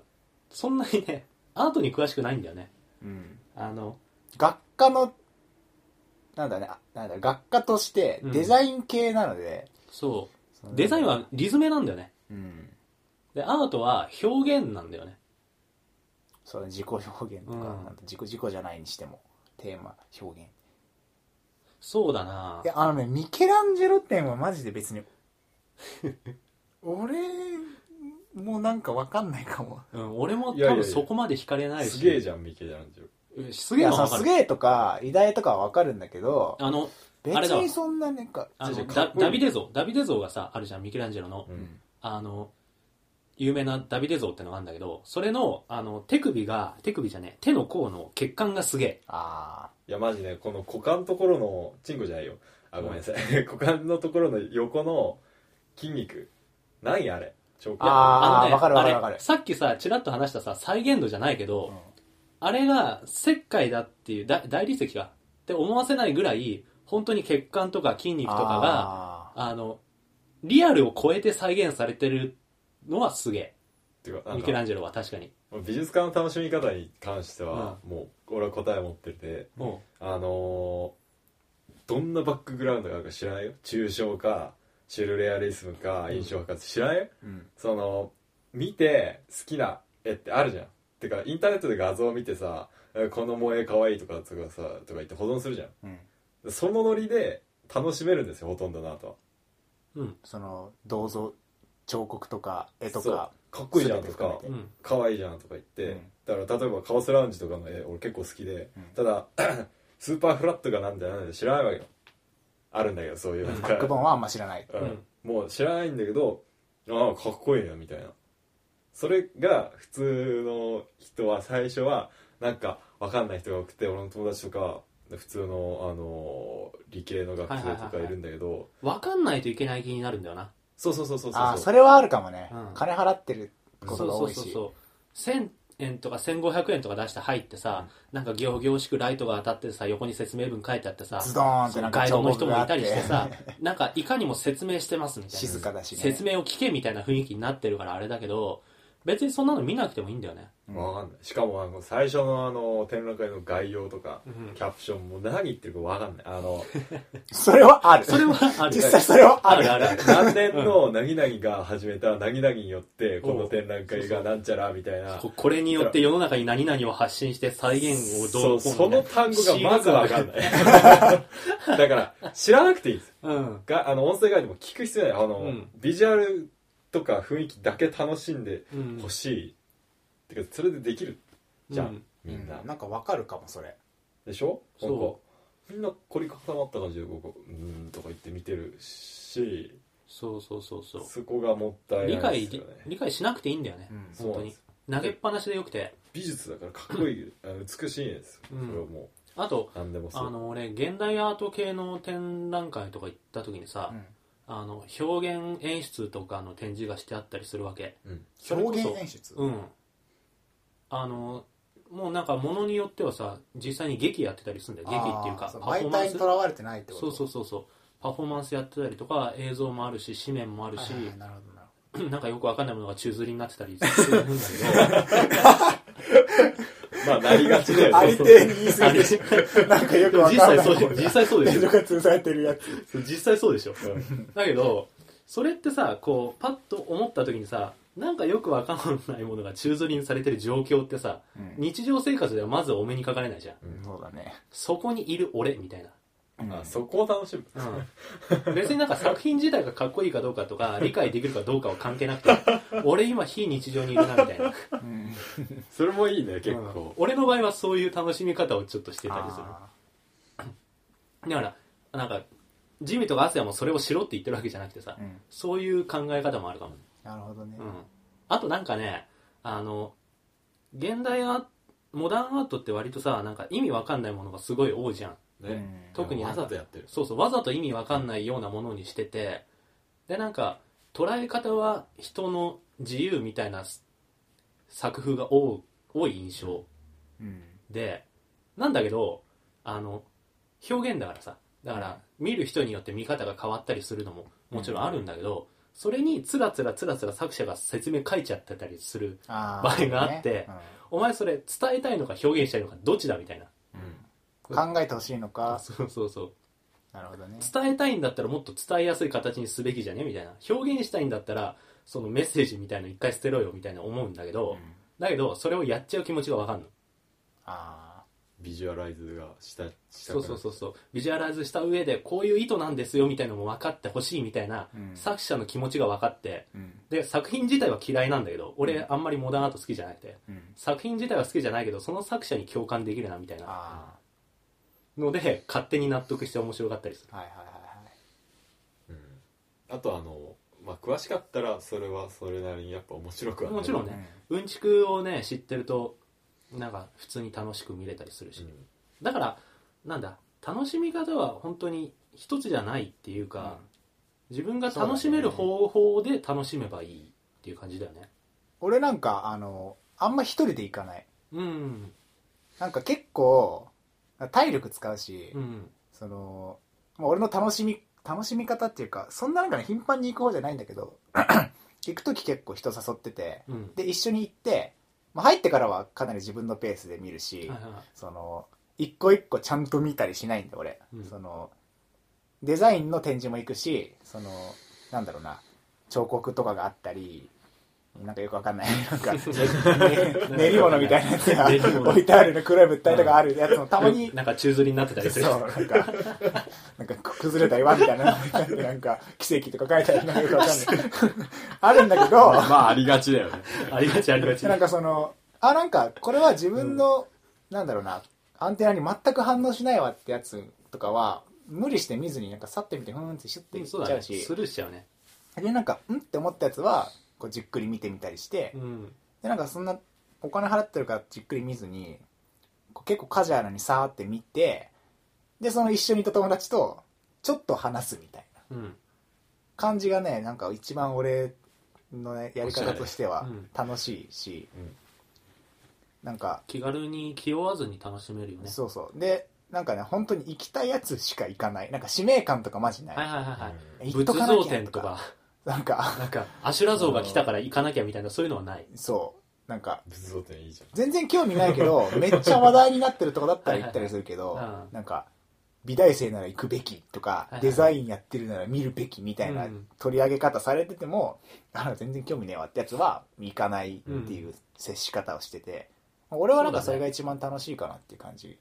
B: そんなにね、アートに詳しくないんだよね。
A: うん、
B: あの、
A: 学科のなんだねあなんだ学科として
B: うん
A: デザイン系なので、
B: そう
A: そ。の
B: デザインはリズメなんだよね。
A: うん
B: で、アートは表現なんだよね。
A: その自己表現とか,、
B: うん
A: なんか自己自己じゃないにしてもテーマ表現
B: そうだない
A: やあのねミケランジェロ展はマジで別に俺もうなんかわかんないか も
B: うん、俺も
C: いやい
B: 多
C: やい
B: 分
C: や
B: そこまで惹かれないし。
C: すげえじゃんミケランジェロ
B: うんす
A: い
B: げえ
A: や
B: のは
A: さ
B: わ
A: す
B: かる。
A: げえとか偉大とかはわかるんだけど
B: あの、
A: 別
B: あれだわ
A: にそんななんか、
B: あ
C: じ
B: の
C: ゃあじゃ
B: ダ
C: あかっこいい
B: ダビデ像ダビデ像がさあるじゃんミケランジェロの、
C: うん
B: あの有名なダビデ像ってのがあるんだけどそれのあの手首が手首じゃねえ手の甲の血管がすげえ
A: あ
C: いやマジねこの股間のところのチンコじゃないよあごめんなさい股間のところの横の筋肉何やあれ超
A: あーわかるわかる
B: あれ
A: わかる
B: さっきさちらっと話したさ再現度じゃないけど、あれが石灰だっていうだ大理石かって思わせないぐらい本当に血管とか筋
A: ー
B: 肉とかがあ
A: あ
B: のリアルを超えて再現されてるのはすげ
C: ていうか
B: え
C: なん
B: ミケラ
C: か
B: ンジェロは確かに
C: 美術館の楽しみ方に関しては、もう俺は答え持ってて
B: も
C: あのーどんなバックグラウンドがあるか知らないよ抽象かシュルレアリスムか印象派か知らないよ
A: ーうん
C: その見て好きな絵ってあるじゃんてかインターネットで画像を見てさえこの萌え可愛いとかとかさとか言って保存するじゃん
A: うん
C: そのノリで楽しめるんですよほとんどのアートは
B: ううん
A: その銅像彫刻とか絵と
C: そう
A: か
C: かっこいいじゃんとか
A: 全て含めて
B: うん
C: 可愛いじゃんとか言って、だから例えばカオスラウンジとかの絵俺結構好きで、
A: うん
C: ただ スーパーフラットがなんだなんだ知らないわけよあるんだけどそういうなん
A: バックボ
C: か、
A: ーンはあんま知らない、
C: うんもう知らないんだけどああかっこいいなみたいなそれが普通の人は最初はなんかわかんない人が多くて俺の友達とか普通の、あの理系の学生とかいるんだけど、
B: 分かんないといけない気になるんだよな
C: そうそうそうそうそう
A: ああそれはあるかもね、
B: うん
A: 金払ってるこ
B: そ
A: と
B: う
A: が
B: そ
A: 多
B: う
A: いし
B: そうそう1000円とか1500円とか出して入ってさ、なんか行々しくライトが当たってさ横に説明文書いてあってさ
A: ズドーンってなんか
B: ガイドの人
A: 彫刻
B: も
A: があ
B: い
A: ったて
B: りしてさなんかいかにも説明してますみたいな
A: 静かだしね
B: 説明を聞けみたいな雰囲気になってるからあれだけど別にそんなの見なくてもいいんだよね
C: わかんないしかもあの最初のあの展覧会の概要とか、
B: うん
C: キャプションも何言ってるかわかんないあの
A: それはある
B: それは ある
A: 実際それはあ
B: あ
A: る
B: るある
C: 何年の何々が始めた何々によってこの展覧会がなんちゃらみたいな
B: ここれによって世の中に何々を発信して再現を
C: そ
B: どう
C: うその単語がまずわかんないい だから知らなくていいんですよ
B: うん
C: があの音声ガイドも聞く必要ないあの、
B: うん
C: ビジュアルとか雰囲気だけ楽しんで
B: うん
C: ほしい、てかそれでできるじゃん、
B: うん
C: みんな、
A: うんなんかわかるかもそれ
C: でしょ
B: そう
C: なんかみんな凝り固まった感じでここうーんとか言って見てるし
B: そうそうそうそう
C: そこがもったい
B: 理
C: ない
B: 解
C: です
B: で
C: よね
B: 理解しなくていいんだよね、
A: うん
C: そう
B: 本当
C: なんで
B: に
C: す
B: 投げっぱなしでよくて
C: 美術だからかっこいいあの美しいんですよ、
B: うん
C: それはも
B: あと
C: う何でもそう
B: あの俺現代アート系の展覧会とか行った時にさ、あの表現演出とかの展示がしてあったりするわけ
C: うん
B: それこ
A: 表
B: そ
A: 現演出、
B: うんあのもうなんかものによってはさ実際に劇やってたりするんだよ劇っていう
A: あー
B: か
A: そ
B: パフォー
A: 媒
B: マン
A: 体
B: ス
A: にとらわれてないってこ
B: そ
A: と
B: うそうそうそうパフォーマンスやってたりとか映像もあるし紙面もあるし、
A: はいはいはいなるほどなる
B: なんかよくわかんないものが宙吊りになってたりするんだ けど
C: まあなりがちだよ
A: ほどあ
C: ね
A: りてえに言い過ぎてしまうなんかよくわ
B: 実
A: かん
B: 際
A: ない
B: そうで実際そうです
A: 映
B: よ
A: 像が通されてるやつ
B: そう実際そうでしょ
C: うん
B: だけどそれってさこうパッと思った時にさなんかよくわかんないものが宙吊りにされてる状況ってさ日常生活ではまずお目にかかれないじゃん
A: そうだね
B: そこにいる俺みたいな
A: うん
C: あそこを楽しむ
B: うん、別になんか作品自体がかっこいいかどうかとか理解できるかどうかは関係なくて俺今非日常にいるなみたいな
A: うん
C: それもいいね結
B: うん
C: 構、
B: 俺の場合はそういう楽しみ方をちょっとしてたりする
A: あ
B: だからなんかジミとかアスヤもそれをしろって言ってるわけじゃなくてさ、
A: ーうん
B: そういう考え方もあるかも、
A: なるほどね
B: うん、あとなんかねあの現代アモダンアートって割とさなんか意味わかんないものがすごい多いじゃん
A: う
C: ね
A: ん
B: 特に
C: わざとやってる
B: そうそうわざと意味わかんないようなものにしててでなんか捉え方は人の自由みたいなす作風が多多い印象
A: うん
B: でなんだけどあの表現だからさだから見る人によって見方が変わったりするのももちろんあるんだけど、それにつらつらつらつら作者が説明書いちゃってたりする
A: あ
B: 場
A: ー
B: 合があって
A: ね
B: お前それ伝えたいのか表現したいのかどっちだみたいな
A: うん考えてほしいのか
B: そうそうそう
A: なるほどね
B: 伝えたいんだったらもっと伝えやすい形にすべきじゃねみたいな表現したいんだったらそのメッセージみたいの一回捨てろよみたいな思うんだけど、
A: ん
B: だけどそれをやっちゃう気持ちがわかんの
A: ああ
C: ビジュアライズがしたした
B: そうそうそうそうビジュアライズした上でこういう意図なんですよみたいなのも分かってほしいみたいな、
A: うん
B: 作者の気持ちが分かって
A: うん
B: で作品自体は嫌いなんだけど俺あんまりモダンアート好きじゃなくて
A: うん
B: 作品自体は好きじゃないけどその作者に共感できるなみたいな
A: あ
B: ので勝手に納得して面白かったりする
A: はいはいはい
C: うん、あとあの、まあ、詳しかったらそれはそれなりにやっぱ面白くはなる
B: もちろん
A: はい
B: ねうんちくをね知ってるとなんか普通に楽しく見れたりするし、
C: うん
B: だからなんだ楽しみ方は本当に一つじゃないっていうか、自分が楽しめる方法で楽しめばいいっていう感じだよね
A: 俺なんかあのあんま一人で行かない
B: うん
A: なんか結構体力使うし、
B: うん
A: そのまあ俺の楽しみ楽しみ方っていうかそんななんかね頻繁に行く方じゃないんだけど 行く時結構人誘ってて
B: うん
A: で一緒に行って、まあ、入ってからはかなり自分のペースで見るし、
B: はいは
A: その一個一個ちゃんと見たりしないんだ俺、
B: うん
A: そのデザインの展示も行くしそのなんだろうな彫刻とかがあったりなんかよくわかんない なん かね練り物みたいなやつが
B: 練り物
A: 置いてあるの黒い物体とかあるやつもたまに
B: いなんか宙吊りになってたりす
A: そう
B: る
A: なんかなんか崩れた岩みたいなのなんか奇跡とか書いてあるのがよくわかん ないあるんだけど
C: まあありがちだよね
B: ありがちありがち
A: なんかそのあなんかこれは自分の、なんだろうなアンテナに全く反応しないわってやつとかは無理して見ずになんか去ってみてふーんってシュッて
B: う
A: い
B: ん
A: っ
B: そう
A: ち
B: だ
A: ゃう
B: ね
A: し、
B: スルーしちゃうね
A: でなんかんって思ったやつはこうじっくり見てみたりして、
B: うん
A: でなんかそんなお金払ってるからじっくり見ずにこう結構カジュアルにさーって見てでその一緒にいた友達とちょっと話すみたいな
B: うん
A: 感じがねなんか一番俺の、ね、やり方としては
B: おしゃれうん
A: 楽しいし、
C: うん
A: なんか
B: 気軽に気負わずに楽しめるよね
A: そうそうでなんかね本当に行きたいやつしか行かないなんか使命感とかマジない、
B: はいはいはいはい
A: 行っ
B: 仏
A: とかな
B: 像
A: きゃ
B: 展とか
A: なんか
B: なんかアシュラ像が来たから行かなきゃみたいなそういうのはない
A: そうなんか
C: 仏像展いいじゃん
A: 全然興味ないけ どめっちゃ話題になってるとこだったら行ったりするけど
B: はいはいはいうん
A: なんか美大生なら行くべきとか、
B: いはい
A: デザインやってるなら見るべきみたいな
B: うん
A: 取り上げ方されてても、あの全然興味ねえわってやつは行かないっていう接し方をしてて、俺はなんかそれが一番楽しいかなっていう感じ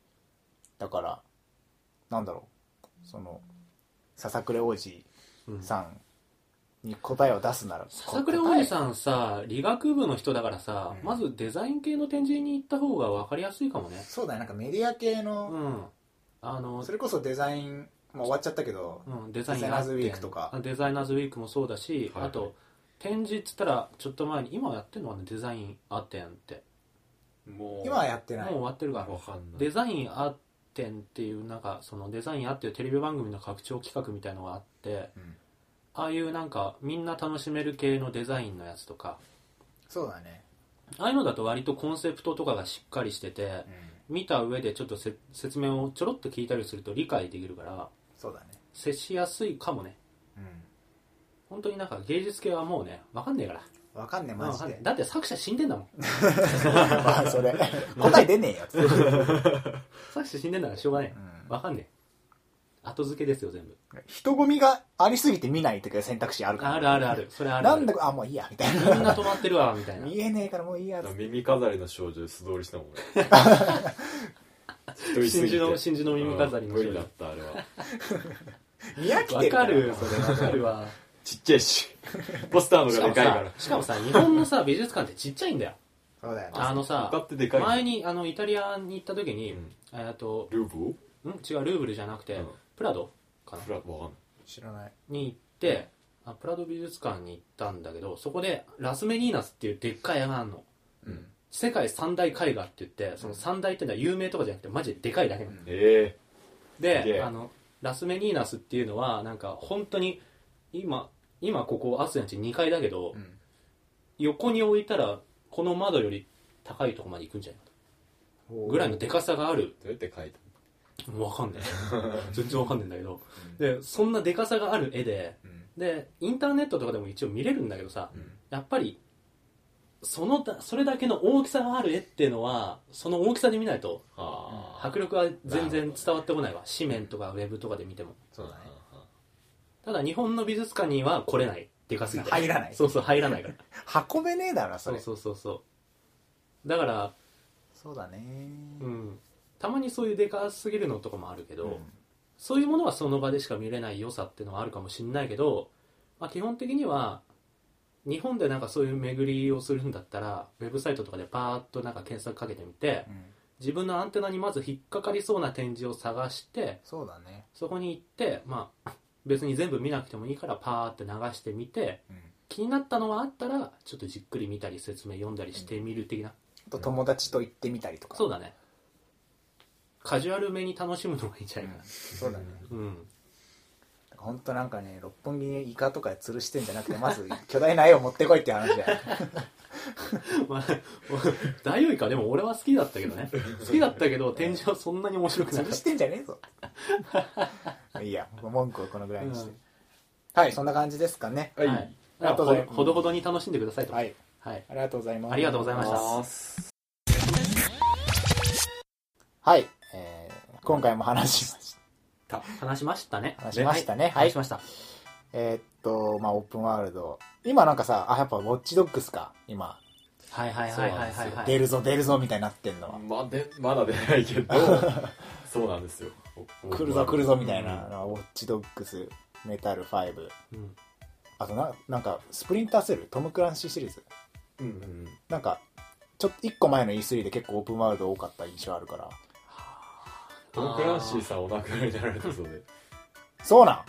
A: だからなんだろうその笹倉王子
B: うん
A: さんに答えを出すなら
B: 笹倉おじ
A: ん
B: さんさ理学部の人だからさ、
A: うん
B: まずデザイン系の展示に行った方が分かりやすいかもね
A: そうだねなんかメディア系
B: う
A: の、
B: んあの
A: それこそデザイン、まあ、終わっちゃったけど、
B: うん、デザイ
A: デ
B: ン
A: ザイナーズウィークとか
B: あデザイナーズウィークもそうだし、
C: はいは
B: あ
C: い
B: と展示っつったらちょっと前に今やってるのはねデザインアーテンって
C: もう
A: 今はやって
B: も
A: な
B: う
A: い
B: 終わってるから
C: わかんない
B: デザインアーテンっていうなんかそのデザインアーテンっていうテレビ番組の拡張企画みたいのがあって
A: うん
B: ああいうなんかみんな楽しめる系のデザインのやつとか
A: そうだね、
B: ああいうのだと割とコンセプトとかがしっかりしてて、
A: うん、
B: 見た上でちょっとせ説明をちょろっと聞いたりすると理解できるから
A: そうだね
B: 接しやすいかもね
A: うん
B: 本当になんか芸術系はもうね分かんねえから
A: わかんねえマジで
B: だって作者死んでんだもん
A: まあそ れ答え出ねえよつって、うん
B: 作者死んでんだからしょうがねえ分かんねえ後付けですよ全部
A: 人混みがありすぎて見ないとかいう選択肢あるから
B: あるあるあるそれあるあ
A: な
B: る
A: んだかあもういいやみたい
B: みんな止まってるわみたい
A: な
B: な
A: 見えねえからもういいやつって
C: 耳飾りの少女で素通りしたもん ね一人すぎ
B: 真
C: て
B: 珠の真珠の耳飾りの
C: うん
B: 少
C: 無理だ
B: 女
C: ったあれは
A: 見飽きて
B: 分
A: る
B: か
A: ら
B: るそれ分かる わ
C: ちっちゃいしポスターの
B: し
C: 方が
B: かも
C: でかいか
B: さ
C: ら
B: しかもさ日本のさ美術館ってちっちゃいん だよ
A: そうだよ
B: あのさ
C: 他ってでかいの
B: 前にあのイタリアに行った時に、
C: うん
B: えーっと
C: ルーブ
B: ん違うルーブルじゃなくて、
C: うん
B: プラドかな
C: プラわかんない
A: 知らない
B: に行ってあプラド美術館に行ったんだけどそこでラスメニーナスっていうでっかい絵があるの
C: うん
B: 世界三大絵画って言ってその三大ってのは有名とかじゃなくてマジででかいだけなの、
A: うん
C: えすげ
B: で
C: え
B: あのラスメニーナスっていうのはなんか本当に今今ここアスヤンチ2階だけど、
A: うん
B: 横に置いたらこの窓より高いとこまで行くんじゃないかとぐらいのでかさがある
C: えどうやって描いた
B: わ かんない全然わかんないんだけどでそんなでかさがある絵で
A: うん
B: でインターネットとかでも一応見れるんだけどさ、
C: うん
B: やっぱりそのだそれだけの大きさがある絵っていうのはその大きさで見ないと
C: のはあ
B: 迫力は全然伝わってこないわ紙面とかウェブとかで見ても
A: そうだね
B: ただ日本の美術館には来れないでかすぎて
A: 入らない
B: そうそう入らないから
A: 運べねえだろ なそ
B: そう
A: れそ
B: そうそうそうだから
A: うだね
B: うんたまにそういうでかすぎるのとかもあるけど、
A: うん
B: そういうものはその場でしか見れない良さっていうのはあるかもしれないけど、まあ、基本的には日本でなんかそういう巡りをするんだったらウェブサイトとかでパーッとなんか検索かけてみて、
A: うん
B: 自分のアンテナにまず引っかかりそうな展示を探して
A: そうだね
B: そこに行ってまあ別に全部見なくてもいいからパーって流してみて
A: うん
B: 気になったのはあったらちょっとじっくり見たり説明読んだりしてみる的な、
A: あと友達と行ってみたりとか
B: そうだねカジュアルめに楽しむのがいいんじゃ
A: う
B: ない
A: ん
B: かな
A: そうだね
B: うん、
A: 本当なんかね六本木にイカとか吊るしてんじゃなくてまず巨大な絵を持ってこいって話 だよ
B: まあ ダイオウイカでも俺は好きだったけどね好きだったけど展示はそんなに面白く
A: 吊
B: なかっ
A: る
B: た
A: してんじゃね えぞいいや文句をこのぐらいにして、
B: うん
A: はいそんな感じですかね
C: はい、
B: はい
A: ありがとうございます
B: ほどほどに楽しんでくださいと。
A: は
B: はい。
A: いありがとうございます
B: ありがとうございました。
A: はい、えー今回も話しました
B: 話しましたね。
A: 話しましたねはい
B: 話しました。
A: えーっとまあオープンワールド今なんかさあやっぱウォッチドッグスか今
B: はいはいはいはい
C: そう
B: は
C: ないんですよ
B: はい。
A: 出るぞ出るぞみたいになってんのは、
C: までまだ出ないけ どそうなんですよお
A: 来るぞ来るぞみたいな、
B: う
A: ウォッチドッグスメタル5
B: うん
A: あとななんかスプリンターセルトム・クランシーシリーズ
C: うんうん
A: なんかちょっと1個前の E3 で結構オープンワールド多かった印象あるから
C: トム・クランシーさんお亡くなりになられたそうで、うん
A: そうなん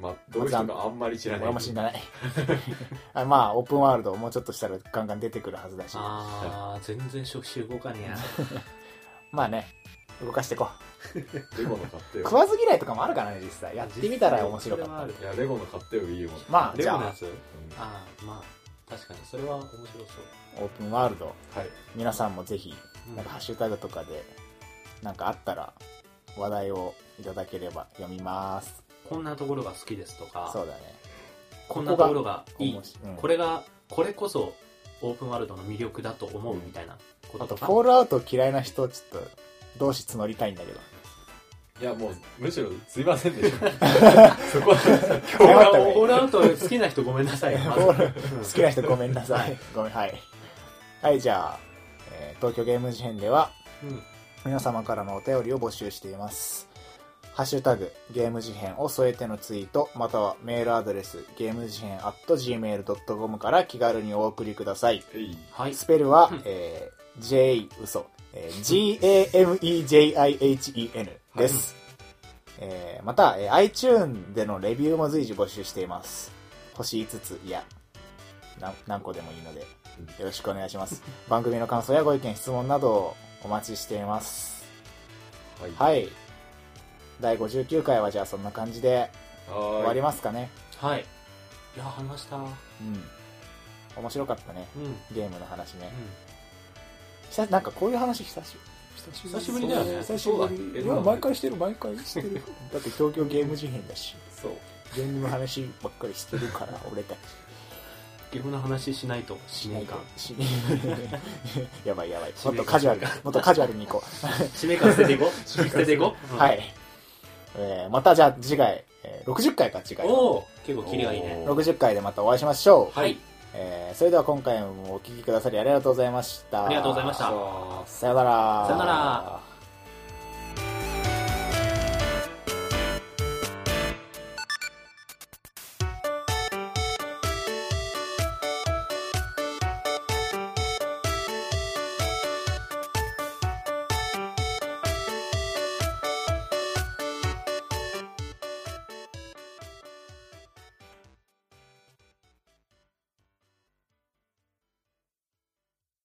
C: まあ、どういう人かあんまり知らない
A: 俺も知らないあまあオープンワールドもうちょっとしたらガンガン出てくるはずだし
B: あー、全然触手動かねえな。
A: まあね動かしていこ
C: レゴの買って
A: う
C: よ
A: 食わず嫌いとかもあるからね実際やってみたら面白かった
C: いやレゴの買ってよいいよ、
A: まあ
B: レ
A: じ
B: ゴ
A: ゃ
B: のや
A: あ
B: つ
C: うんは
B: ああ、まあ、確かに。それは面白そう。
A: オープンワールド
C: い
A: 皆さんもぜひ
B: うん
A: なんかハッシュタグとかでなんかあったら話題をいただければ読みます
B: こんなところが好きですと
A: そ
B: か、
A: うだね
B: こんなところがいい
A: 面。白うん
B: これが、これこそオープンワールドの魅力だと思うみたいな
A: あ
B: こと
A: と
B: と
A: フ
B: か。
A: ォールアウト嫌いな人ちょっと同士募りたいんだけど
C: いやもうむしろすいませんでした そこは
B: フ
A: 謝った
B: ォールアウト好きな人ごめんな さい。まず
A: フォール好きな人ごめんなさいごめんはいはいじゃあ、えー東京ゲーム事変では
B: うん
A: 皆様からのお便りを募集していますハッシュタグゲーム事変を添えてのツイートまたはメールアドレスゲーム事変 at gmail.com から気軽にお送りください
B: はい。
A: スペルは、
B: うん
A: えー J 嘘、えー GAMEJIHEN です、えーまた、えー iTune でのレビューも随時募集しています星5ついやな何個でもいいのでよろしくお願いします 番組の感想やご意見質問などをお待ちしています
C: はいはい
A: はい第59回はじゃあそんな感じで終わりますかね
B: はい。いや、話した。うん。
A: うん面白かったね
B: うん。
A: ゲームの話ね久しなんかこういう話久し久
B: 久しぶりだよね
A: 久しぶり
C: そうだ
A: いや毎回してる毎回してる だって東京ゲーム事変だし
C: そう
A: ゲームの話ばっかりしてるから俺たち
B: ゲームの話しないと死
A: しな
B: ね
A: い
B: え
A: か
B: か。
A: し やばいやばい
B: し
A: もっ
B: ね
A: と
B: えか
A: カジュアル もっとカジュアルに行こ
B: 使命感捨 てていこう捨てていこう、
A: う
B: うん
A: はい、えーまたじゃあ次回、えー60回か次回
B: おお結構キリがいいね
C: おー
A: 60回でまたお会いしましょう、
B: はい
A: えーそれでは今回もお聞きくださりありがとうございました
B: ありがとうございました
C: さあ
A: さよなら
B: さよなら